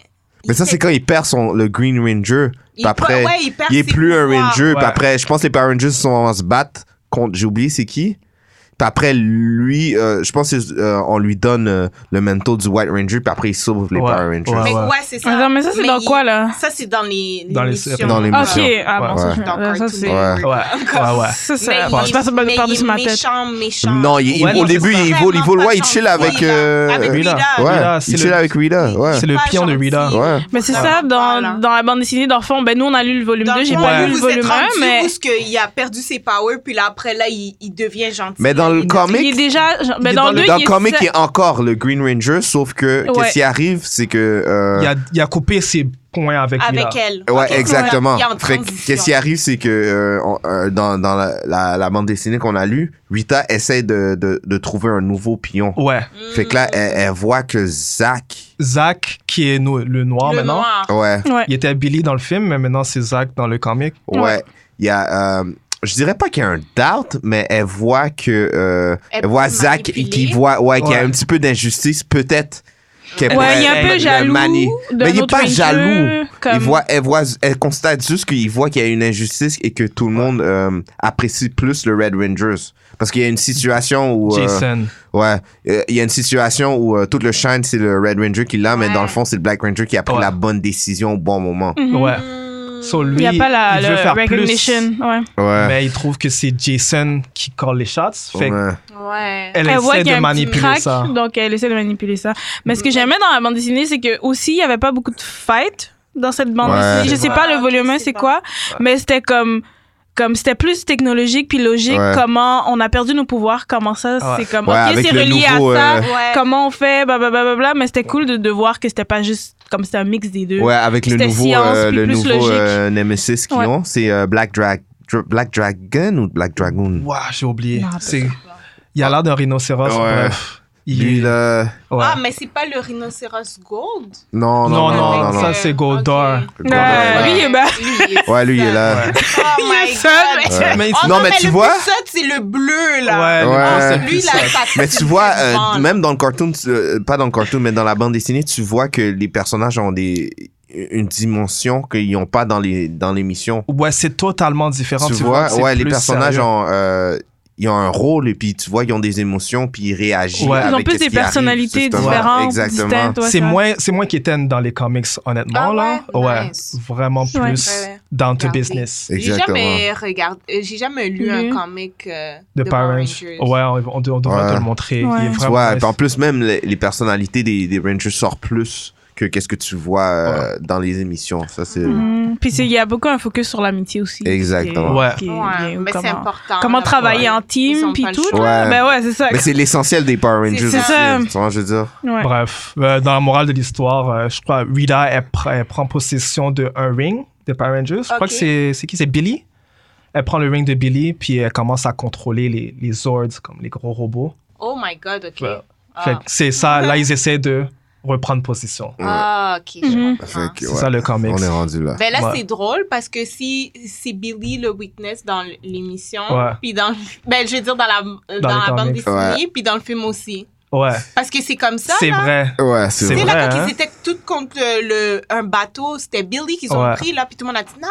[SPEAKER 2] Mais ça, c'est quand il perd son, le Green Ranger.
[SPEAKER 4] Ah,
[SPEAKER 2] Puis après,
[SPEAKER 4] ouais, il, perd
[SPEAKER 2] il est
[SPEAKER 4] ses
[SPEAKER 2] plus un
[SPEAKER 4] pouvoirs.
[SPEAKER 2] Ranger. Puis
[SPEAKER 1] Ouais.
[SPEAKER 2] après, je pense que les Power Rangers sont en se battre contre, j'ai oublié c'est qui. Puis après, lui, euh, je pense qu'on lui donne euh, le manteau du White Ranger. Puis après, il sauve les
[SPEAKER 1] Ouais,
[SPEAKER 2] Power Rangers.
[SPEAKER 1] ouais.
[SPEAKER 4] Mais ouais, c'est ça.
[SPEAKER 3] Attends, mais ça c'est dans
[SPEAKER 4] il-
[SPEAKER 3] quoi là
[SPEAKER 4] Ça, c'est dans les
[SPEAKER 1] Dans les-
[SPEAKER 4] l'émission.
[SPEAKER 2] Dans les
[SPEAKER 3] ok
[SPEAKER 2] l'émission.
[SPEAKER 3] ah bon
[SPEAKER 2] Ouais.
[SPEAKER 3] ça, je-
[SPEAKER 4] Dans
[SPEAKER 3] ça,
[SPEAKER 4] Cartoon
[SPEAKER 3] c'est
[SPEAKER 2] Ouais.
[SPEAKER 4] Network.
[SPEAKER 1] Ouais, ouais, ouais.
[SPEAKER 3] c'est
[SPEAKER 4] Mais
[SPEAKER 3] ça
[SPEAKER 4] il-
[SPEAKER 3] je passe
[SPEAKER 4] mais
[SPEAKER 3] par
[SPEAKER 4] il est
[SPEAKER 3] dessus ma tête
[SPEAKER 4] méchant, méchant.
[SPEAKER 2] Non, il- il-
[SPEAKER 1] Ouais,
[SPEAKER 2] au
[SPEAKER 1] non,
[SPEAKER 2] début,
[SPEAKER 4] c'est
[SPEAKER 2] il
[SPEAKER 4] ça.
[SPEAKER 2] vaut, il vaut,
[SPEAKER 4] Vraiment
[SPEAKER 2] ouais, il
[SPEAKER 4] pas
[SPEAKER 2] chill
[SPEAKER 4] gentil,
[SPEAKER 2] avec.
[SPEAKER 4] là.
[SPEAKER 2] euh,
[SPEAKER 4] Avec
[SPEAKER 2] ouais,
[SPEAKER 4] Rita.
[SPEAKER 1] Rita,
[SPEAKER 2] il
[SPEAKER 1] c'est
[SPEAKER 2] chill
[SPEAKER 1] le-
[SPEAKER 2] avec Rita. Ouais.
[SPEAKER 1] c'est le
[SPEAKER 4] Pas
[SPEAKER 1] pion de
[SPEAKER 4] gentil.
[SPEAKER 1] Rita.
[SPEAKER 2] Ouais.
[SPEAKER 3] mais c'est
[SPEAKER 4] Ouais.
[SPEAKER 3] ça
[SPEAKER 4] Voilà.
[SPEAKER 3] dans dans la bande dessinée d'enfant ben nous on a lu le volume
[SPEAKER 4] Dans
[SPEAKER 3] 2 j'ai
[SPEAKER 4] le
[SPEAKER 3] pas
[SPEAKER 4] fond,
[SPEAKER 3] lu le
[SPEAKER 4] vous êtes
[SPEAKER 3] volume 1
[SPEAKER 4] rendu
[SPEAKER 3] mais
[SPEAKER 4] où est-ce que il a perdu ses powers, puis là, après, là, il, il devient gentil.
[SPEAKER 2] Mais dans le
[SPEAKER 4] Il-
[SPEAKER 2] comic,
[SPEAKER 3] il est déjà genre- ben
[SPEAKER 1] est
[SPEAKER 3] dans
[SPEAKER 1] dans
[SPEAKER 3] le
[SPEAKER 1] le-
[SPEAKER 3] deux,
[SPEAKER 2] dans
[SPEAKER 3] il
[SPEAKER 2] le
[SPEAKER 3] est
[SPEAKER 2] comic,
[SPEAKER 3] sept.
[SPEAKER 2] il est encore le Green Ranger. Sauf que,
[SPEAKER 3] Ouais.
[SPEAKER 2] qu'est-ce qui arrive, c'est que. euh,
[SPEAKER 1] Il a, il a coupé ses points avec,
[SPEAKER 4] Avec
[SPEAKER 1] Rita.
[SPEAKER 4] elle.
[SPEAKER 2] Ouais,
[SPEAKER 4] Ok.
[SPEAKER 2] exactement.
[SPEAKER 4] Il est en
[SPEAKER 2] Fait que
[SPEAKER 4] transition.
[SPEAKER 2] Qu'est-ce qui arrive, c'est que euh, on- euh, dans, dans la, la, la bande dessinée qu'on a lue, Rita essaie de, de, de trouver un nouveau pion.
[SPEAKER 1] Ouais.
[SPEAKER 4] Mm.
[SPEAKER 2] Fait que là, elle, elle voit que Zach,
[SPEAKER 1] Zach, qui est no- le noir
[SPEAKER 4] Le
[SPEAKER 1] maintenant.
[SPEAKER 4] noir.
[SPEAKER 2] ouais,
[SPEAKER 3] ouais
[SPEAKER 1] Il était Billy dans le film, mais maintenant c'est Zach dans le comic.
[SPEAKER 2] ouais, il y a, euh, je dirais pas qu'il y a un doubt, mais elle voit que, euh, elle,
[SPEAKER 4] peut
[SPEAKER 2] voit
[SPEAKER 4] se
[SPEAKER 2] Zach
[SPEAKER 4] manipuler.
[SPEAKER 2] et qui voit, ouais, qu'il y a
[SPEAKER 1] Ouais.
[SPEAKER 2] un petit peu d'injustice, peut-être. qu'elle
[SPEAKER 3] Ouais,
[SPEAKER 2] pourrait
[SPEAKER 3] il est un
[SPEAKER 2] le
[SPEAKER 3] peu jaloux.
[SPEAKER 2] mani-
[SPEAKER 3] d'un
[SPEAKER 2] Mais il est
[SPEAKER 3] autre
[SPEAKER 2] pas
[SPEAKER 3] Ranger,
[SPEAKER 2] jaloux.
[SPEAKER 3] comme-
[SPEAKER 2] Il voit, elle voit, elle constate juste qu'il voit qu'il y a une injustice et que tout le monde euh, apprécie plus le Red Rangers parce qu'il y a une situation où euh,
[SPEAKER 1] Jason.
[SPEAKER 2] ouais, euh, il y a une situation où euh, tout le shine c'est le Red Ranger qui l'a mais
[SPEAKER 4] Ouais.
[SPEAKER 2] dans le fond c'est le Black Ranger qui a pris
[SPEAKER 1] Ouais.
[SPEAKER 2] la bonne décision au bon moment.
[SPEAKER 3] Mhm.
[SPEAKER 1] Ouais.
[SPEAKER 4] Mm.
[SPEAKER 1] So, lui,
[SPEAKER 3] Il n'y a pas la
[SPEAKER 1] il
[SPEAKER 3] le
[SPEAKER 1] veut faire
[SPEAKER 3] recognition.
[SPEAKER 1] plus,
[SPEAKER 3] Ouais.
[SPEAKER 2] Ouais.
[SPEAKER 1] mais il trouve que c'est Jason qui call les shots. Fait que
[SPEAKER 2] Ouais.
[SPEAKER 4] Ouais.
[SPEAKER 1] elle,
[SPEAKER 3] voit
[SPEAKER 1] essaie
[SPEAKER 3] qu'il
[SPEAKER 1] de
[SPEAKER 3] y a un petit
[SPEAKER 1] manipuler
[SPEAKER 3] crack,
[SPEAKER 1] ça.
[SPEAKER 3] Donc, elle essaie de manipuler ça. Mais ce que j'aimais dans la bande dessinée, c'est que aussi, il n'y avait pas beaucoup de fights dans cette bande
[SPEAKER 2] Ouais.
[SPEAKER 3] dessinée. Je sais
[SPEAKER 4] Ouais.
[SPEAKER 3] pas le volume 1, c'est quoi, mais c'était comme. Comme c'était plus technologique puis logique,
[SPEAKER 2] Ouais.
[SPEAKER 3] comment on a perdu nos pouvoirs, comment ça,
[SPEAKER 1] Ouais.
[SPEAKER 3] c'est comme,
[SPEAKER 2] Ouais,
[SPEAKER 3] ok,
[SPEAKER 2] avec
[SPEAKER 3] c'est
[SPEAKER 2] le
[SPEAKER 3] relié
[SPEAKER 2] nouveau,
[SPEAKER 3] à ça,
[SPEAKER 2] euh,
[SPEAKER 4] Ouais.
[SPEAKER 3] comment on fait, blablabla, mais c'était cool de, de voir que c'était pas juste comme c'était un mix des deux.
[SPEAKER 2] Ouais, avec le
[SPEAKER 3] C'était
[SPEAKER 2] nouveau,
[SPEAKER 3] science,
[SPEAKER 2] euh,
[SPEAKER 3] puis
[SPEAKER 2] le
[SPEAKER 3] plus
[SPEAKER 2] nouveau
[SPEAKER 3] logique.
[SPEAKER 2] euh, Nemesis qu'ils
[SPEAKER 3] Ouais.
[SPEAKER 2] ont, c'est euh, Black, Drag Dra- Black Dragon ou Black Dragon?
[SPEAKER 1] Waouh, j'ai oublié.
[SPEAKER 3] Non, rappelle
[SPEAKER 1] C'est- Il a l'air d'un rhinocéros.
[SPEAKER 2] Ouais.
[SPEAKER 1] Bref. Il-
[SPEAKER 2] Lui, là.
[SPEAKER 1] ouais.
[SPEAKER 4] Ah, mais c'est pas le rhinocéros gold?
[SPEAKER 2] Non, Oh, non,
[SPEAKER 1] Non,
[SPEAKER 2] non, non.
[SPEAKER 1] non,
[SPEAKER 2] non. Ah,
[SPEAKER 1] ça, c'est Goldor.
[SPEAKER 4] Ok.
[SPEAKER 2] Black
[SPEAKER 3] Ouais,
[SPEAKER 2] Dragon,
[SPEAKER 3] lui,
[SPEAKER 2] ouais.
[SPEAKER 3] il est bas.
[SPEAKER 2] Ouais, lui, il est là.
[SPEAKER 4] [laughs] Oh my god.
[SPEAKER 2] Ouais.
[SPEAKER 1] Mais-
[SPEAKER 4] Oh
[SPEAKER 2] Non, mais tu
[SPEAKER 4] le
[SPEAKER 2] vois-
[SPEAKER 4] plus hot, c'est le bleu, là. Ah,
[SPEAKER 1] Ouais,
[SPEAKER 2] Ouais.
[SPEAKER 1] non, c'est
[SPEAKER 4] Lui,
[SPEAKER 1] plus
[SPEAKER 4] là,
[SPEAKER 1] ça.
[SPEAKER 4] ça
[SPEAKER 2] [laughs] Mais tu vois, euh,
[SPEAKER 4] Bon.
[SPEAKER 2] même dans le cartoon, tu- euh, pas dans le cartoon, mais dans la bande dessinée, tu vois que les personnages ont des une dimension qu'ils n'ont pas dans les dans l'émission.
[SPEAKER 1] Ouais, c'est totalement différent.
[SPEAKER 2] Tu,
[SPEAKER 1] Tu,
[SPEAKER 2] vois,
[SPEAKER 1] que c'est
[SPEAKER 2] ouais, les
[SPEAKER 1] plus
[SPEAKER 2] personnages
[SPEAKER 1] sérieux.
[SPEAKER 2] ont euh, ils ont un rôle et puis tu vois, ils ont des émotions puis ils réagissent.
[SPEAKER 1] Ouais. Ils ont
[SPEAKER 3] Ils ont
[SPEAKER 2] avec
[SPEAKER 3] plus
[SPEAKER 2] ce
[SPEAKER 3] des
[SPEAKER 2] qui arrive,
[SPEAKER 3] personnalités
[SPEAKER 2] justement.
[SPEAKER 3] différentes,
[SPEAKER 2] Exactement.
[SPEAKER 3] distinctes. ouais,
[SPEAKER 1] c'est
[SPEAKER 3] vrai.
[SPEAKER 1] moins, c'est moins qui étaient dans les comics, honnêtement
[SPEAKER 4] Ah
[SPEAKER 1] là.
[SPEAKER 4] ouais?
[SPEAKER 1] Ouais,
[SPEAKER 4] Nice.
[SPEAKER 1] vraiment plus
[SPEAKER 3] Ouais.
[SPEAKER 4] Ouais.
[SPEAKER 1] down to
[SPEAKER 4] Regardez.
[SPEAKER 1] business
[SPEAKER 4] J'ai
[SPEAKER 2] Exactement.
[SPEAKER 4] jamais regardé, euh, j'ai jamais lu
[SPEAKER 3] Lu.
[SPEAKER 4] un comic euh,
[SPEAKER 1] de
[SPEAKER 4] de Power
[SPEAKER 1] parents.
[SPEAKER 4] Rangers.
[SPEAKER 1] Ouais, on, on- on devrait
[SPEAKER 2] Ouais.
[SPEAKER 1] te le montrer.
[SPEAKER 3] Ouais.
[SPEAKER 1] Il est
[SPEAKER 3] Tu
[SPEAKER 2] Tu
[SPEAKER 1] vraiment
[SPEAKER 2] vois,
[SPEAKER 1] nice.
[SPEAKER 2] puis en plus même les, les personnalités des, des Rangers sortent plus que qu'est-ce que tu vois euh, dans les émissions. Ça c'est
[SPEAKER 3] Mhm. Puis c'est- il y a beaucoup un focus sur l'amitié aussi.
[SPEAKER 2] Exactement.
[SPEAKER 1] Ouais.
[SPEAKER 3] qui est- qui est
[SPEAKER 4] Ouais,
[SPEAKER 3] bien, ou
[SPEAKER 4] mais c'est
[SPEAKER 3] comment,
[SPEAKER 4] important.
[SPEAKER 3] comment
[SPEAKER 4] là,
[SPEAKER 3] travailler
[SPEAKER 4] ouais.
[SPEAKER 3] en
[SPEAKER 4] Ils ont
[SPEAKER 3] team, puis
[SPEAKER 4] pas le
[SPEAKER 3] tout.
[SPEAKER 4] choix.
[SPEAKER 3] là.
[SPEAKER 2] Ouais.
[SPEAKER 3] Ben ouais, c'est ça.
[SPEAKER 2] Mais c'est l'essentiel des Power Rangers
[SPEAKER 4] C'est
[SPEAKER 2] aussi. hein,
[SPEAKER 3] ça.
[SPEAKER 2] Tu vois, je veux dire.
[SPEAKER 3] Ouais.
[SPEAKER 1] Bref, euh, dans la morale de l'histoire, euh, je crois Rita elle, pr- elle prend possession de un ring de Power Rangers. Je crois
[SPEAKER 4] Ok.
[SPEAKER 1] que c'est c'est qui C'est Billy. Elle prend le ring de Billy puis elle commence à contrôler les, les Zords comme les gros robots.
[SPEAKER 4] Oh my god, ok.
[SPEAKER 1] Ouais.
[SPEAKER 4] Ah.
[SPEAKER 1] Fait que c'est ça. Là,
[SPEAKER 4] [laughs]
[SPEAKER 1] ils essaient de reprendre possession.
[SPEAKER 4] Ah, ok, je
[SPEAKER 3] Mhm.
[SPEAKER 4] comprends.
[SPEAKER 2] Fait que,
[SPEAKER 1] C'est
[SPEAKER 2] ouais,
[SPEAKER 1] ça le comics.
[SPEAKER 2] On est rendu là.
[SPEAKER 4] Ben là,
[SPEAKER 1] Ouais.
[SPEAKER 4] c'est drôle parce que si c'est Billy le witness dans l'émission,
[SPEAKER 1] Ouais.
[SPEAKER 4] puis dans, ben, je veux dire dans la, euh,
[SPEAKER 1] Dans
[SPEAKER 4] dans
[SPEAKER 1] les
[SPEAKER 4] la bande
[SPEAKER 1] comics.
[SPEAKER 4] dessinée, puis dans le film aussi.
[SPEAKER 1] Ouais,
[SPEAKER 4] Parce que c'est comme ça,
[SPEAKER 1] c'est
[SPEAKER 4] là.
[SPEAKER 1] vrai.
[SPEAKER 2] Ouais,
[SPEAKER 1] C'est
[SPEAKER 4] Tu sais,
[SPEAKER 2] vrai.
[SPEAKER 1] vrai.
[SPEAKER 4] là, quand
[SPEAKER 1] hein.
[SPEAKER 4] ils étaient tous contre euh, le, un bateau, c'était Billy qu'ils ont
[SPEAKER 1] Ouais.
[SPEAKER 4] pris, là, puis tout le monde a dit non.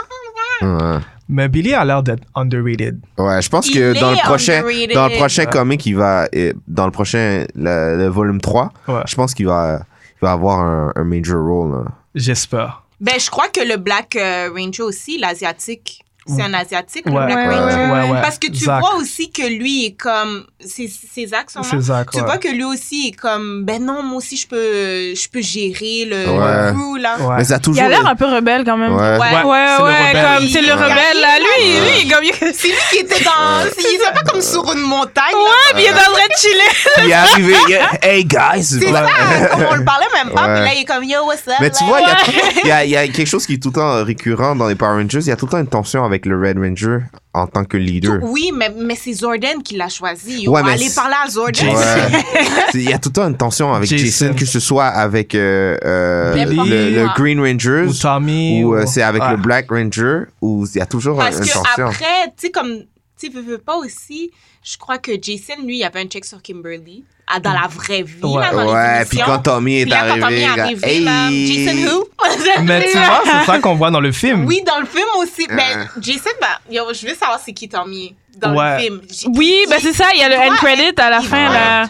[SPEAKER 2] Ouais.
[SPEAKER 1] Mais Billy a l'air d'être underrated.
[SPEAKER 2] Ouais, je pense
[SPEAKER 4] Il
[SPEAKER 2] que dans le
[SPEAKER 4] est
[SPEAKER 2] prochain
[SPEAKER 4] underrated.
[SPEAKER 2] dans le prochain
[SPEAKER 1] Ouais.
[SPEAKER 2] comic, il va et dans le prochain le, le volume 3,
[SPEAKER 1] Ouais.
[SPEAKER 2] je pense qu'il va il va avoir un, un major role. là.
[SPEAKER 1] J'espère.
[SPEAKER 4] Ben, je crois que le Black euh, Ranger aussi, l'Asiatique, c'est un Asiatique, le
[SPEAKER 1] Ouais.
[SPEAKER 4] Black
[SPEAKER 3] Ouais,
[SPEAKER 4] Ranger.
[SPEAKER 3] ouais, ouais.
[SPEAKER 4] Parce que tu
[SPEAKER 1] Zach.
[SPEAKER 4] vois aussi que lui est comme. Ses, ses axes sont là.
[SPEAKER 1] C'est Zach.
[SPEAKER 4] Tu
[SPEAKER 1] ouais.
[SPEAKER 4] vois que lui aussi est comme. Ben non, moi aussi, je peux, je peux gérer le,
[SPEAKER 2] Ouais.
[SPEAKER 4] le crew, là.
[SPEAKER 1] Ouais.
[SPEAKER 2] Mais ça a
[SPEAKER 3] Il
[SPEAKER 2] toujours
[SPEAKER 3] a l'air un peu rebelle quand même.
[SPEAKER 2] Ouais.
[SPEAKER 1] c'est
[SPEAKER 3] Ouais,
[SPEAKER 4] Ouais.
[SPEAKER 1] le
[SPEAKER 3] ouais,
[SPEAKER 1] rebelle.
[SPEAKER 3] comme c'est le
[SPEAKER 4] Ouais.
[SPEAKER 3] rebelle là. Lui, lui, il est comme il
[SPEAKER 4] C'est lui qui était dans. Il était pas comme sur une montagne. là.
[SPEAKER 3] Ouais, puis il est en train de chiller.
[SPEAKER 2] Il est arrivé. il est- Hey guys.
[SPEAKER 4] C'est
[SPEAKER 2] Ouais.
[SPEAKER 4] ça, [laughs] comme on le parlait même pas.
[SPEAKER 2] Ouais.
[SPEAKER 4] Puis là, il est comme Yo, what's up?
[SPEAKER 2] Mais tu
[SPEAKER 4] là?
[SPEAKER 2] vois, il y a- il y, a, il y a quelque chose qui est tout le temps récurrent dans les Power Rangers. Il y a tout le temps une tension avec le Red Ranger en tant que leader.
[SPEAKER 4] Oui, mais, mais c'est Zordon qui l'a choisi.
[SPEAKER 2] Ouais,
[SPEAKER 4] on va
[SPEAKER 2] mais
[SPEAKER 4] aller
[SPEAKER 2] c'est-
[SPEAKER 4] parler à Zordon.
[SPEAKER 2] Ouais. [laughs]
[SPEAKER 4] [laughs]
[SPEAKER 2] C'est- Il y a tout le temps une tension avec Jason,
[SPEAKER 1] Jason.
[SPEAKER 2] que ce soit avec euh, euh,
[SPEAKER 1] Billy.
[SPEAKER 2] le, le Green Rangers
[SPEAKER 1] Ou Ah. Tommy.
[SPEAKER 2] ou euh, c'est avec
[SPEAKER 1] ouais.
[SPEAKER 2] le Black Ranger où il y a toujours un-
[SPEAKER 4] Parce
[SPEAKER 2] une
[SPEAKER 4] que
[SPEAKER 2] tension.
[SPEAKER 4] après, tu sais, comme, tu sais, veux, veux pas aussi, je crois que Jason, lui, il avait un check sur Kimberly ah, dans la vraie vie,
[SPEAKER 1] Ouais.
[SPEAKER 4] là, dans les
[SPEAKER 2] Ouais, puis
[SPEAKER 4] émissions.
[SPEAKER 2] quand Tommy est
[SPEAKER 4] Puis là, quand
[SPEAKER 2] arrivé,
[SPEAKER 4] Tommy est
[SPEAKER 2] il a-
[SPEAKER 4] arrivé, là,
[SPEAKER 2] Hey!
[SPEAKER 4] Jason who? [laughs]
[SPEAKER 1] Mais tu vois, c'est ça qu'on voit dans le film.
[SPEAKER 2] Hmm.
[SPEAKER 4] Oui, dans le film aussi.
[SPEAKER 2] Euh.
[SPEAKER 4] Ben, Jason, ben, yo, je veux savoir c'est qui Tommy dans
[SPEAKER 1] Ouais.
[SPEAKER 4] le film. J-
[SPEAKER 3] Oui, ben c'est ça. Il y a le end
[SPEAKER 4] Ouais.
[SPEAKER 3] credit à la fin
[SPEAKER 2] Ouais.
[SPEAKER 3] là.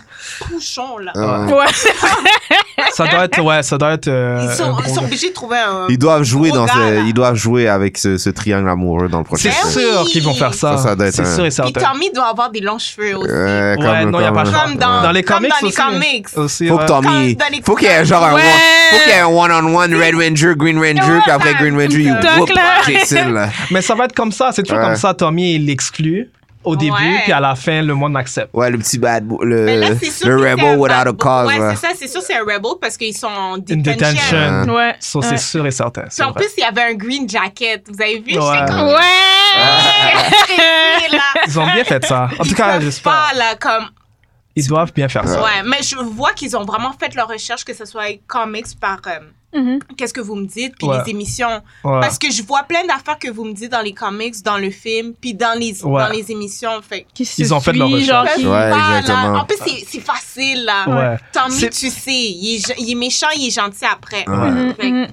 [SPEAKER 4] Couchon, là.
[SPEAKER 2] Euh,
[SPEAKER 3] Ouais.
[SPEAKER 1] Ça doit être. Ouais, ça doit être. euh,
[SPEAKER 4] Ils sont,
[SPEAKER 1] un
[SPEAKER 4] ils
[SPEAKER 1] gros
[SPEAKER 4] sont
[SPEAKER 1] gars.
[SPEAKER 4] obligés de trouver un.
[SPEAKER 2] Ils doivent jouer dans
[SPEAKER 4] gars,
[SPEAKER 2] ce,
[SPEAKER 4] là.
[SPEAKER 2] ils doivent jouer avec ce, ce triangle amoureux dans le prochain.
[SPEAKER 1] C'est
[SPEAKER 4] Ben
[SPEAKER 2] film.
[SPEAKER 1] sûr
[SPEAKER 4] oui.
[SPEAKER 1] qu'ils vont faire ça.
[SPEAKER 2] Ça, ça doit être
[SPEAKER 1] C'est
[SPEAKER 2] un-
[SPEAKER 1] sûr et
[SPEAKER 4] Puis
[SPEAKER 1] certain.
[SPEAKER 4] Tommy doit avoir des longs cheveux aussi.
[SPEAKER 2] Ouais, Euh, comme-
[SPEAKER 1] Ouais, non, il n'y a
[SPEAKER 2] comme-
[SPEAKER 1] pas de
[SPEAKER 4] Comme
[SPEAKER 1] chance.
[SPEAKER 4] dans-
[SPEAKER 1] dans les
[SPEAKER 4] comme
[SPEAKER 1] comics
[SPEAKER 4] dans les
[SPEAKER 1] aussi.
[SPEAKER 4] comics.
[SPEAKER 1] Aussi, euh,
[SPEAKER 2] Faut
[SPEAKER 1] ouais.
[SPEAKER 2] que Tommy,
[SPEAKER 4] Comme dans les
[SPEAKER 2] faut qu'il y ait genre un
[SPEAKER 3] Ouais.
[SPEAKER 2] one, faut qu'il y ait un one on one Red Ranger, Green Ranger,
[SPEAKER 4] Ouais,
[SPEAKER 2] puis après
[SPEAKER 4] ça-
[SPEAKER 2] Green Ranger, il
[SPEAKER 3] Toc,
[SPEAKER 2] whoop
[SPEAKER 3] là.
[SPEAKER 2] Jason là.
[SPEAKER 1] Mais ça va être comme ça. C'est toujours
[SPEAKER 2] Ouais.
[SPEAKER 1] comme ça. Tommy, il l'exclut au début,
[SPEAKER 4] Ouais.
[SPEAKER 1] puis à la fin, le monde l'accepte.
[SPEAKER 2] Ouais, le petit bad, boy,
[SPEAKER 4] Mais Ben, là,
[SPEAKER 2] le,
[SPEAKER 4] c'est sûr
[SPEAKER 2] le
[SPEAKER 4] que c'est un
[SPEAKER 2] rebel without a
[SPEAKER 4] bad boy.
[SPEAKER 2] cause.
[SPEAKER 4] Ouais,
[SPEAKER 2] ouais.
[SPEAKER 4] c'est ça, c'est sûr, c'est un rebel parce qu'ils sont en
[SPEAKER 1] In
[SPEAKER 4] detention.
[SPEAKER 1] detention.
[SPEAKER 2] Ouais.
[SPEAKER 3] Ouais.
[SPEAKER 1] Ça, c'est
[SPEAKER 3] Ouais.
[SPEAKER 1] sûr et certain.
[SPEAKER 4] Puis
[SPEAKER 1] c'est
[SPEAKER 4] en
[SPEAKER 1] vrai.
[SPEAKER 4] plus, il y avait un green jacket. Vous avez vu? J'étais
[SPEAKER 1] Ouais.
[SPEAKER 4] comme,
[SPEAKER 3] Ouais.
[SPEAKER 4] il
[SPEAKER 3] [laughs]
[SPEAKER 4] est là.
[SPEAKER 1] Ils ont bien fait ça. En
[SPEAKER 4] Ils
[SPEAKER 1] tout cas,
[SPEAKER 4] peuvent
[SPEAKER 1] j'espère.
[SPEAKER 4] pas, là, comme.
[SPEAKER 1] Ils doivent bien faire ça.
[SPEAKER 4] Ouais, mais je vois qu'ils ont vraiment fait leur recherche, que ce soit avec comics par. euh,
[SPEAKER 3] Mhm.
[SPEAKER 4] Qu'est-ce que vous me dites, puis
[SPEAKER 1] Ouais.
[SPEAKER 4] les émissions.
[SPEAKER 1] Ouais.
[SPEAKER 4] Parce que je vois plein d'affaires que vous me dites dans les comics, dans le film, puis dans les,
[SPEAKER 1] Ouais.
[SPEAKER 4] dans les émissions. Fait que-
[SPEAKER 3] Qui se
[SPEAKER 1] Ils ont fait
[SPEAKER 3] suit,
[SPEAKER 1] leur
[SPEAKER 3] genre,
[SPEAKER 1] recherche.
[SPEAKER 3] qui-
[SPEAKER 2] Ouais.
[SPEAKER 4] Pas, là.
[SPEAKER 2] exactement.
[SPEAKER 4] En plus, c'est- c'est facile, là.
[SPEAKER 1] Ouais.
[SPEAKER 4] Tommy,
[SPEAKER 1] C'est-
[SPEAKER 4] tu sais, il est, ge- il est méchant, il est gentil après.
[SPEAKER 2] Ouais.
[SPEAKER 3] Mhm,
[SPEAKER 4] Fait que-
[SPEAKER 3] mhm.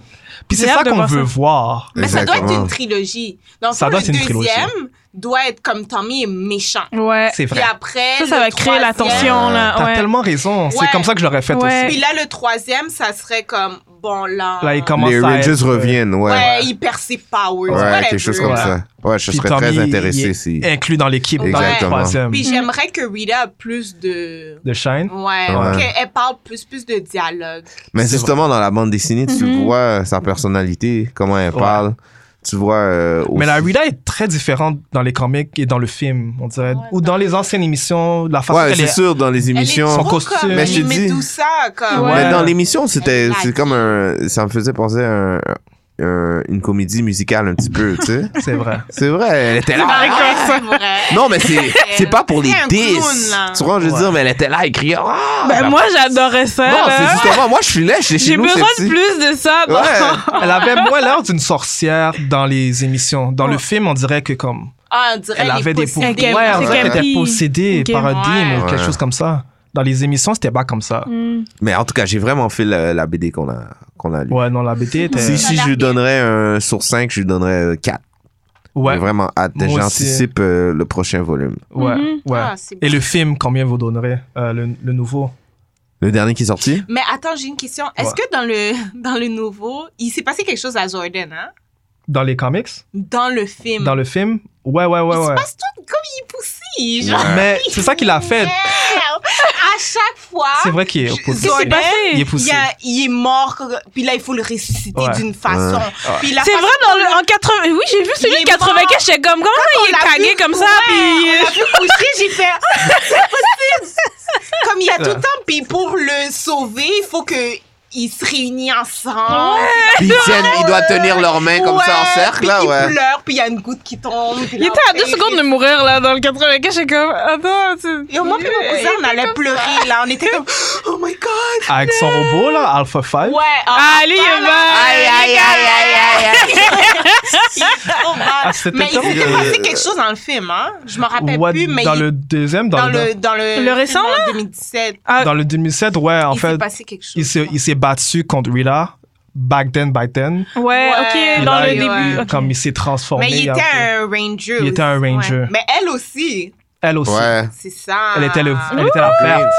[SPEAKER 1] Puis c'est
[SPEAKER 3] J'ai
[SPEAKER 1] ça
[SPEAKER 3] hâte de
[SPEAKER 1] qu'on
[SPEAKER 3] voir
[SPEAKER 1] veut
[SPEAKER 3] ça.
[SPEAKER 1] voir.
[SPEAKER 4] Mais ça doit être
[SPEAKER 2] Exactement.
[SPEAKER 4] une trilogie. Donc,
[SPEAKER 1] Ça
[SPEAKER 4] ça
[SPEAKER 1] doit
[SPEAKER 4] le
[SPEAKER 1] être une trilogie.
[SPEAKER 4] deuxième doit être comme Tommy est méchant.
[SPEAKER 3] Ouais.
[SPEAKER 1] C'est
[SPEAKER 4] Puis
[SPEAKER 1] vrai.
[SPEAKER 4] après,
[SPEAKER 3] Ça, ça
[SPEAKER 4] le
[SPEAKER 3] va créer la
[SPEAKER 4] troisième-
[SPEAKER 3] tension
[SPEAKER 2] Ouais.
[SPEAKER 3] là.
[SPEAKER 1] T'as
[SPEAKER 3] Euh, Ouais.
[SPEAKER 1] tellement raison. C'est
[SPEAKER 4] Ouais.
[SPEAKER 1] comme ça que je l'aurais fait
[SPEAKER 3] Ouais.
[SPEAKER 1] aussi.
[SPEAKER 4] Puis là, le troisième, ça serait comme, bon là.
[SPEAKER 1] Là, il commence
[SPEAKER 2] Les
[SPEAKER 1] à
[SPEAKER 2] Rangers
[SPEAKER 1] être, euh,
[SPEAKER 2] reviennent, ouais.
[SPEAKER 4] Ouais,
[SPEAKER 2] Ouais,
[SPEAKER 4] il perd ses powers.
[SPEAKER 2] quelque
[SPEAKER 4] whatever.
[SPEAKER 2] chose comme
[SPEAKER 1] Ouais.
[SPEAKER 2] ça. Ouais, je
[SPEAKER 1] Puis
[SPEAKER 2] serais
[SPEAKER 1] Tommy,
[SPEAKER 2] très
[SPEAKER 1] il- il
[SPEAKER 2] intéressé
[SPEAKER 1] est
[SPEAKER 2] si.
[SPEAKER 1] Inclus dans l'équipe, dans le
[SPEAKER 4] Exactement.
[SPEAKER 1] troisième
[SPEAKER 4] Puis j'aimerais que Rita a plus de.
[SPEAKER 1] de Shine.
[SPEAKER 4] Ouais,
[SPEAKER 2] Ouais.
[SPEAKER 4] qu'elle parle plus, plus de dialogue.
[SPEAKER 2] Mais
[SPEAKER 1] C'est
[SPEAKER 2] justement, dans la bande dessinée, tu
[SPEAKER 3] Mhm.
[SPEAKER 2] vois euh, sa personnalité, comment elle
[SPEAKER 1] Ouais.
[SPEAKER 2] parle. Tu vois. euh,
[SPEAKER 1] Mais la
[SPEAKER 2] aussi-
[SPEAKER 1] Rita est très différente dans les comics et dans le film, on dirait.
[SPEAKER 4] Ouais,
[SPEAKER 1] Ou dans les anciennes émissions, la façon
[SPEAKER 2] Ouais,
[SPEAKER 1] qu'elle
[SPEAKER 2] c'est
[SPEAKER 1] est.
[SPEAKER 2] sûr, dans les émissions.
[SPEAKER 1] Son
[SPEAKER 4] elle est trop
[SPEAKER 1] costume.
[SPEAKER 4] comme,
[SPEAKER 1] Mais
[SPEAKER 2] je te
[SPEAKER 4] il met
[SPEAKER 2] dis-
[SPEAKER 4] tout ça comme.
[SPEAKER 1] Ouais.
[SPEAKER 2] Mais dans l'émission, c'était
[SPEAKER 4] Elle est
[SPEAKER 2] c'est comme un. Ça me faisait penser à un- un- une comédie musicale un petit peu, tu sais.
[SPEAKER 4] [laughs]
[SPEAKER 1] C'est vrai.
[SPEAKER 2] C'est vrai, elle était là.
[SPEAKER 4] Ah, ouais, c'est vrai.
[SPEAKER 2] Non, mais c'est c'est pas pour les
[SPEAKER 4] C'est un clown,
[SPEAKER 2] diss.
[SPEAKER 4] là.
[SPEAKER 2] Tu vois, je veux
[SPEAKER 1] Ouais.
[SPEAKER 2] dire, mais elle était là, elle criait. Ah!
[SPEAKER 3] Ben, moi, j'adorais ça.
[SPEAKER 2] Non,
[SPEAKER 3] là.
[SPEAKER 2] c'est justement, moi, je suis là, je suis chez
[SPEAKER 3] J'ai
[SPEAKER 2] nous,
[SPEAKER 3] besoin
[SPEAKER 2] c'est
[SPEAKER 3] de
[SPEAKER 2] petit.
[SPEAKER 3] plus de ça. dans-
[SPEAKER 2] Ouais.
[SPEAKER 1] Elle avait moins l'air d'une sorcière dans les émissions. Dans le
[SPEAKER 3] Ouais.
[SPEAKER 1] film, on dirait que comme
[SPEAKER 4] Ah, on dirait
[SPEAKER 1] elle
[SPEAKER 4] les
[SPEAKER 1] avait des pouvoirs,
[SPEAKER 4] possédés.
[SPEAKER 3] Elle
[SPEAKER 1] ouais, on
[SPEAKER 3] c'est
[SPEAKER 1] dirait
[SPEAKER 3] qu'elle
[SPEAKER 1] qu'elle était
[SPEAKER 3] pille.
[SPEAKER 1] possédée
[SPEAKER 3] Ok.
[SPEAKER 1] par un démon ou
[SPEAKER 2] Ouais.
[SPEAKER 1] quelque chose comme ça. Dans les émissions, c'était pas comme ça.
[SPEAKER 3] Hmm.
[SPEAKER 2] Mais en tout cas, j'ai vraiment fait la, la BD qu'on a, qu'on a lue.
[SPEAKER 1] Ouais, non, la BT était.
[SPEAKER 2] Si, si
[SPEAKER 4] Ça a
[SPEAKER 2] je
[SPEAKER 4] l'air
[SPEAKER 2] lui donnerais un sur 5, je lui donnerais 4.
[SPEAKER 1] Ouais,
[SPEAKER 2] J'ai
[SPEAKER 1] ouais,
[SPEAKER 2] vraiment hâte.
[SPEAKER 1] Moi aussi.
[SPEAKER 3] hein.
[SPEAKER 2] J'anticipe euh, le prochain volume.
[SPEAKER 1] ouais.
[SPEAKER 4] Ah, c'est
[SPEAKER 1] Et
[SPEAKER 4] bon.
[SPEAKER 1] le film, combien vous donnerez euh, le, le nouveau
[SPEAKER 2] Le dernier qui est
[SPEAKER 4] [laughs]
[SPEAKER 2] sorti?
[SPEAKER 4] Mais attends, j'ai une question. Est-ce
[SPEAKER 1] Ouais.
[SPEAKER 4] que dans le, [laughs] dans le nouveau, il s'est passé quelque chose à Jordan, hein?
[SPEAKER 1] Dans les comics
[SPEAKER 4] Dans le film.
[SPEAKER 1] Dans le film Ouais, ouais, ouais,
[SPEAKER 4] Mm. il se
[SPEAKER 1] ouais.
[SPEAKER 4] passe tout comme il poussille. Genre,
[SPEAKER 2] Ouais.
[SPEAKER 1] Mais c'est ça qu'il a
[SPEAKER 4] [laughs]
[SPEAKER 1] fait.
[SPEAKER 4] merde. à chaque fois,
[SPEAKER 1] C'est vrai qu'il est
[SPEAKER 4] Je-
[SPEAKER 1] poussé.
[SPEAKER 4] Jordan,
[SPEAKER 1] Il est
[SPEAKER 4] il,
[SPEAKER 1] poussé.
[SPEAKER 4] y a- il est mort. Puis là, il faut le ressusciter
[SPEAKER 1] Ouais.
[SPEAKER 4] d'une façon. Puis la
[SPEAKER 3] C'est
[SPEAKER 4] façon
[SPEAKER 3] vrai, dans le- en 80. Oui, j'ai vu celui
[SPEAKER 4] Ah, Il
[SPEAKER 3] de
[SPEAKER 4] est
[SPEAKER 3] 84, j'étais comme, comment ça, il
[SPEAKER 4] qu'on l'a
[SPEAKER 3] est cagué
[SPEAKER 4] vu-
[SPEAKER 3] comme ça,
[SPEAKER 4] Ouais,
[SPEAKER 3] puis. [laughs]
[SPEAKER 4] on l'a vu coucher, j'ai fait, Ah, c'est possible. Comme il y a tout le temps, puis pour le sauver, il faut que ils se réunissent ensemble.
[SPEAKER 2] Puis ils, tiennent, ils doivent tenir leurs mains comme ça en
[SPEAKER 4] Ouais,
[SPEAKER 2] cercle,
[SPEAKER 4] puis
[SPEAKER 2] là,
[SPEAKER 4] ils
[SPEAKER 2] ouais.
[SPEAKER 4] pleurent, puis il y a une goutte qui tombe. puis
[SPEAKER 3] Il
[SPEAKER 4] là,
[SPEAKER 3] était
[SPEAKER 4] on
[SPEAKER 3] à deux
[SPEAKER 4] fait-
[SPEAKER 3] secondes de mourir, là, dans le 84, j'étais comme, attends, tu.
[SPEAKER 4] Et moi, puis mon cousin, on allait pleurer, là. On était comme, oh my god.
[SPEAKER 2] Ah.
[SPEAKER 1] Avec son robot, là, Alpha 5.
[SPEAKER 4] Ouais.
[SPEAKER 3] Ah, lui, il est mort.
[SPEAKER 2] Aïe, aïe, aïe, aïe, aïe, aïe.
[SPEAKER 1] Ah,
[SPEAKER 4] [laughs] mal.
[SPEAKER 1] c'était
[SPEAKER 4] Oh Mais il
[SPEAKER 1] comme-
[SPEAKER 4] s'était passé quelque chose dans le film, hein. Je m'en rappelle
[SPEAKER 1] Ouais,
[SPEAKER 4] plus, mais
[SPEAKER 1] dans
[SPEAKER 4] il-
[SPEAKER 1] le deuxième, dans,
[SPEAKER 4] dans
[SPEAKER 1] le,
[SPEAKER 4] le, dans le,
[SPEAKER 3] Le récent,
[SPEAKER 4] film en 2017.
[SPEAKER 1] dans le 2007, ouais, en
[SPEAKER 4] il s'est
[SPEAKER 1] fait,
[SPEAKER 4] passé quelque chose.
[SPEAKER 1] il s'est il s'est battu contre Rita, back then, back then.
[SPEAKER 3] Ouais, ok,
[SPEAKER 4] Ouais.
[SPEAKER 3] dans
[SPEAKER 1] Là,
[SPEAKER 3] le
[SPEAKER 1] il-
[SPEAKER 3] début. ok.
[SPEAKER 1] Comme il s'est transformé.
[SPEAKER 4] Mais il était un ranger.
[SPEAKER 1] Il était un
[SPEAKER 4] aussi,
[SPEAKER 1] ranger.
[SPEAKER 4] ouais. Mais elle aussi,
[SPEAKER 1] Elle aussi.
[SPEAKER 2] Ouais,
[SPEAKER 4] c'est ça.
[SPEAKER 1] Elle était, le, elle était la
[SPEAKER 4] Ah.
[SPEAKER 2] Green,
[SPEAKER 1] verte.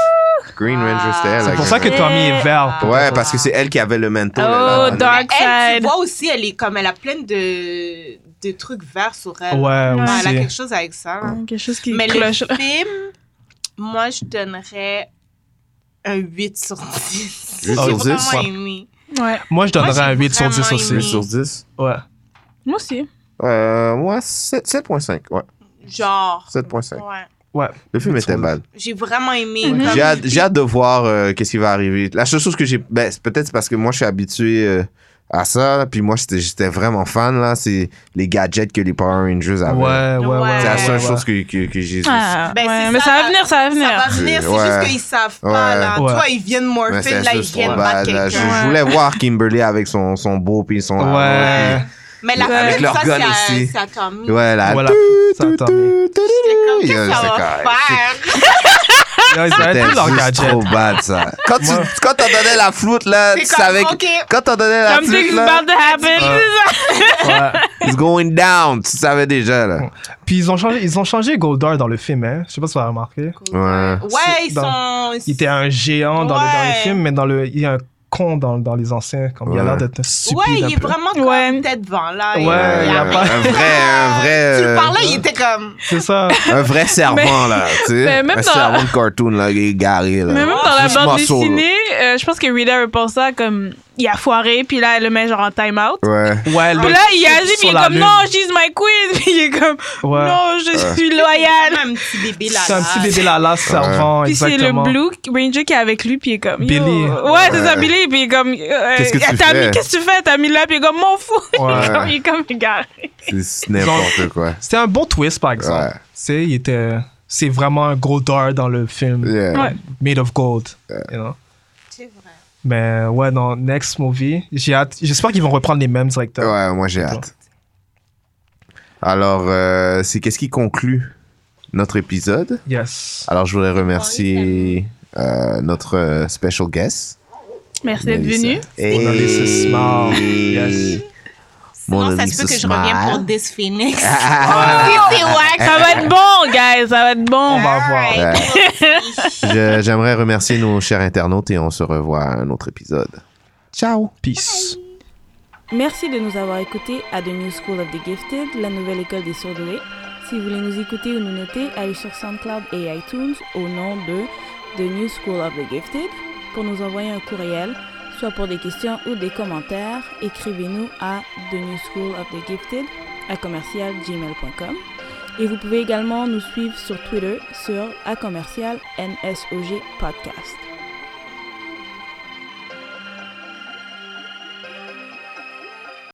[SPEAKER 2] Green Ranger, c'était elle.
[SPEAKER 1] C'est pour
[SPEAKER 2] avec
[SPEAKER 1] ça que
[SPEAKER 2] un-
[SPEAKER 1] Tommy est vert.
[SPEAKER 2] Ouais, parce que c'est elle qui avait le manteau. là,
[SPEAKER 3] Oh,
[SPEAKER 2] là, là.
[SPEAKER 3] Dark
[SPEAKER 4] Elle, tu
[SPEAKER 3] Side.
[SPEAKER 4] vois aussi, elle est comme, elle a plein de, de trucs verts sur elle.
[SPEAKER 1] Ouais,
[SPEAKER 4] Ouais, elle a
[SPEAKER 1] aussi.
[SPEAKER 4] quelque chose avec ça. là.
[SPEAKER 3] Quelque chose qui
[SPEAKER 4] Mais
[SPEAKER 3] cloche.
[SPEAKER 4] le film, moi, je donnerais un 8 sur 10.
[SPEAKER 2] Huit
[SPEAKER 4] J'ai
[SPEAKER 2] sur dix?
[SPEAKER 4] vraiment aimé.
[SPEAKER 3] Ouais.
[SPEAKER 1] Moi, je donnerais
[SPEAKER 4] Moi, j'ai
[SPEAKER 1] un 8 sur 10
[SPEAKER 4] vraiment
[SPEAKER 2] Huit
[SPEAKER 1] aussi.
[SPEAKER 4] aimé.
[SPEAKER 2] sur 10.
[SPEAKER 1] Ouais.
[SPEAKER 3] Moi aussi.
[SPEAKER 2] Euh, moi, 7- 7.5. Ouais,
[SPEAKER 4] Genre.
[SPEAKER 2] 7.5.
[SPEAKER 4] Ouais.
[SPEAKER 1] Ouais.
[SPEAKER 2] Le film
[SPEAKER 1] Huit sur
[SPEAKER 2] était
[SPEAKER 1] dix.
[SPEAKER 2] bad.
[SPEAKER 4] J'ai vraiment aimé.
[SPEAKER 3] Mhm.
[SPEAKER 4] comme-
[SPEAKER 2] J'ai hâte, j'ai hâte de voir euh, qu'est-ce qui va arriver. La seule chose que j'ai, ben, c'est peut-être parce que moi je suis habitué euh, à ça, puis moi j'étais j'étais vraiment fan là, c'est les gadgets que les Power Rangers avaient.
[SPEAKER 1] Ouais, ouais, ouais.
[SPEAKER 4] Ouais.
[SPEAKER 2] C'est la seule
[SPEAKER 1] ouais,
[SPEAKER 2] chose que, que, que j'ai.
[SPEAKER 3] Ah,
[SPEAKER 4] Ben,
[SPEAKER 3] ouais,
[SPEAKER 4] c'est
[SPEAKER 3] mais
[SPEAKER 4] ça,
[SPEAKER 3] ça va
[SPEAKER 4] la-
[SPEAKER 3] venir, ça va venir.
[SPEAKER 4] Ça va venir, c'est
[SPEAKER 2] Ouais.
[SPEAKER 4] juste qu'ils savent pas,
[SPEAKER 2] Ouais.
[SPEAKER 4] là.
[SPEAKER 1] Ouais.
[SPEAKER 4] Tu vois, ils viennent
[SPEAKER 2] Mais
[SPEAKER 4] morpher,
[SPEAKER 2] c'était
[SPEAKER 4] là, ils
[SPEAKER 2] juste trop
[SPEAKER 4] viennent
[SPEAKER 2] bad,
[SPEAKER 4] battre
[SPEAKER 2] bah, là. Je,
[SPEAKER 4] quelqu'un.
[SPEAKER 2] je voulais voir Kimberly avec son, son beau puis son.
[SPEAKER 1] Ouais.
[SPEAKER 4] Mais la
[SPEAKER 3] Avec
[SPEAKER 4] plume,
[SPEAKER 2] leur
[SPEAKER 4] ça,
[SPEAKER 2] gun
[SPEAKER 4] c'est à-
[SPEAKER 2] aussi.
[SPEAKER 4] c'est à Tommy.
[SPEAKER 2] puis- Ouais, là.
[SPEAKER 1] Voilà. Ça a tombé.
[SPEAKER 4] J'étais
[SPEAKER 2] Yo,
[SPEAKER 4] comme, qu'est-ce que
[SPEAKER 2] c'est
[SPEAKER 4] ça va
[SPEAKER 2] correct.
[SPEAKER 4] faire?
[SPEAKER 1] Là, Ils avaient tous leurs
[SPEAKER 2] C'était juste
[SPEAKER 1] gadgets.
[SPEAKER 2] trop bad ça. Quand tu
[SPEAKER 1] Moi-
[SPEAKER 2] quand t'en donnais la flûte là, tu
[SPEAKER 4] C'est comme,
[SPEAKER 2] savais que-
[SPEAKER 4] ok.
[SPEAKER 2] quand t'en donnais la flûte
[SPEAKER 3] Something's
[SPEAKER 2] là,
[SPEAKER 3] about to happen.
[SPEAKER 1] Ouais.
[SPEAKER 2] it's going down, tu savais déjà là.
[SPEAKER 1] Puis ils ont changé, ils ont changé Goldar dans le film, hein. Je sais pas si vous avez remarqué.
[SPEAKER 2] Ouais.
[SPEAKER 4] Ouais, ils
[SPEAKER 1] Dans-
[SPEAKER 4] sont...
[SPEAKER 1] Il était un géant dans le
[SPEAKER 4] Ouais.
[SPEAKER 1] dernier film, mais dans le, il y a un con dans, dans les anciens. Comme il a
[SPEAKER 2] Ouais.
[SPEAKER 1] l'air d'être stupide.
[SPEAKER 4] Ouais,
[SPEAKER 1] un
[SPEAKER 4] il est
[SPEAKER 1] peu.
[SPEAKER 4] vraiment comme
[SPEAKER 3] Ouais.
[SPEAKER 4] tête devant, là.
[SPEAKER 1] Ouais,
[SPEAKER 2] Euh,
[SPEAKER 1] il y a pas-
[SPEAKER 2] un vrai, un vrai,
[SPEAKER 4] [laughs] Tu le
[SPEAKER 2] euh,
[SPEAKER 4] parlais, il était comme...
[SPEAKER 1] C'est ça.
[SPEAKER 2] un vrai servant
[SPEAKER 3] Mais-
[SPEAKER 2] là, tu sais,
[SPEAKER 3] mais
[SPEAKER 2] un
[SPEAKER 3] même dans-
[SPEAKER 2] servant de cartoon là, il est garé là.
[SPEAKER 3] Mais même dans la
[SPEAKER 2] Juste
[SPEAKER 3] bande
[SPEAKER 2] muscle, là.
[SPEAKER 3] dessinée, euh, je pense que Rita repense ça comme il a foiré, puis là elle le met genre en time out.
[SPEAKER 2] Ouais.
[SPEAKER 1] Ouais, le-
[SPEAKER 3] Puis là il agit,
[SPEAKER 1] sur
[SPEAKER 3] puis il est
[SPEAKER 1] la
[SPEAKER 3] comme
[SPEAKER 1] lune.
[SPEAKER 3] non, she's my queen. [laughs] Puis il est comme
[SPEAKER 1] Ouais.
[SPEAKER 3] non, je suis
[SPEAKER 4] C'est
[SPEAKER 3] loyal.
[SPEAKER 4] un petit bébé, là.
[SPEAKER 1] C'est un petit
[SPEAKER 4] là.
[SPEAKER 1] bébé lala servant,
[SPEAKER 3] Puis c'est le
[SPEAKER 1] exactement.
[SPEAKER 3] Blue Ranger qui est avec lui, puis il est comme. yo.
[SPEAKER 1] Billy.
[SPEAKER 3] Ouais, c'est ça,
[SPEAKER 2] Ouais.
[SPEAKER 3] Billy. Puis il est comme. euh,
[SPEAKER 2] Qu'est-ce que tu
[SPEAKER 3] t'as
[SPEAKER 2] fais?
[SPEAKER 3] mis- Qu'est-ce que tu fais? T'as mis là, puis il est comme, m'en fous. [laughs] Il est
[SPEAKER 2] Ouais.
[SPEAKER 3] comme- Il est comme, regarde.
[SPEAKER 2] C'est- C'est n'importe quoi.
[SPEAKER 1] C'était un bon twist, par exemple.
[SPEAKER 2] Ouais.
[SPEAKER 1] Tu sais, il était... C'est vraiment un Goldar dans le film.
[SPEAKER 2] Yeah.
[SPEAKER 3] Ouais.
[SPEAKER 1] Made of gold. you know.
[SPEAKER 4] C'est vrai.
[SPEAKER 1] Mais ouais, non, next movie. J'ai hâte. J'espère qu'ils vont reprendre les mêmes directeurs.
[SPEAKER 2] Ouais, moi j'ai hâte. Alors, euh, c'est qu'est-ce qui conclut notre épisode
[SPEAKER 1] Yes.
[SPEAKER 2] Alors, je voudrais remercier euh, notre euh, special guest.
[SPEAKER 3] Merci d'être venu.
[SPEAKER 1] Mona Lisa Smile. Yes.
[SPEAKER 2] Mona
[SPEAKER 4] Sinon, ça se
[SPEAKER 2] Lisa
[SPEAKER 4] peut que je revienne pour
[SPEAKER 2] Smile.
[SPEAKER 4] This
[SPEAKER 2] [laughs]
[SPEAKER 4] Phoenix.
[SPEAKER 3] Oh,
[SPEAKER 2] Ah,
[SPEAKER 4] C'est wack.
[SPEAKER 3] Ça va être bon, guys. Ça va être bon.
[SPEAKER 1] On va voir.
[SPEAKER 2] Ouais. Je- J'aimerais remercier nos chers internautes et on se revoit à un autre épisode.
[SPEAKER 5] Ciao.
[SPEAKER 1] Peace.
[SPEAKER 3] Merci de nous avoir écoutés à The New School of the Gifted, la nouvelle école des sourds doués. Si vous voulez nous écouter ou nous noter, allez sur SoundCloud et iTunes au nom de The New School of the Gifted pour nous envoyer un courriel, soit pour des questions ou des commentaires. Écrivez-nous à The New School of the Gifted à commercialgmail.com. Et vous pouvez également nous suivre sur Twitter sur à commercial NSOG Podcast.